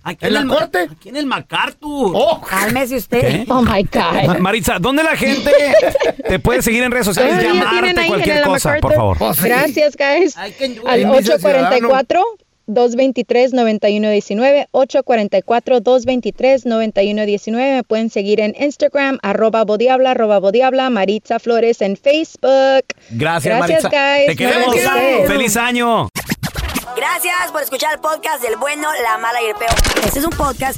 Aquí
¿En la
el Ma-
corte?
Aquí en el MacArthur.
Oh. Cálmese usted.
Oh. ¿Qué?
Oh my God.
Ma- Maritza, ¿dónde la gente te puede seguir en redes sociales?
Todavía tienen
Llamarte
ahí
cualquier
en la
cosa, por
MacArthur.
favor.
Gracias, guys. Al
Índice Ciudadano.
844-223-9119, 844-223-9119. Me pueden seguir en Instagram, arroba bodiabla, arroba bodiabla, Maritza Flores en Facebook.
Gracias,
Gracias,
Maritza.
guys.
Te queremos.
Gracias a ustedes.
Feliz año.
Gracias por escuchar el podcast del bueno, la mala y el peor. Este es un podcast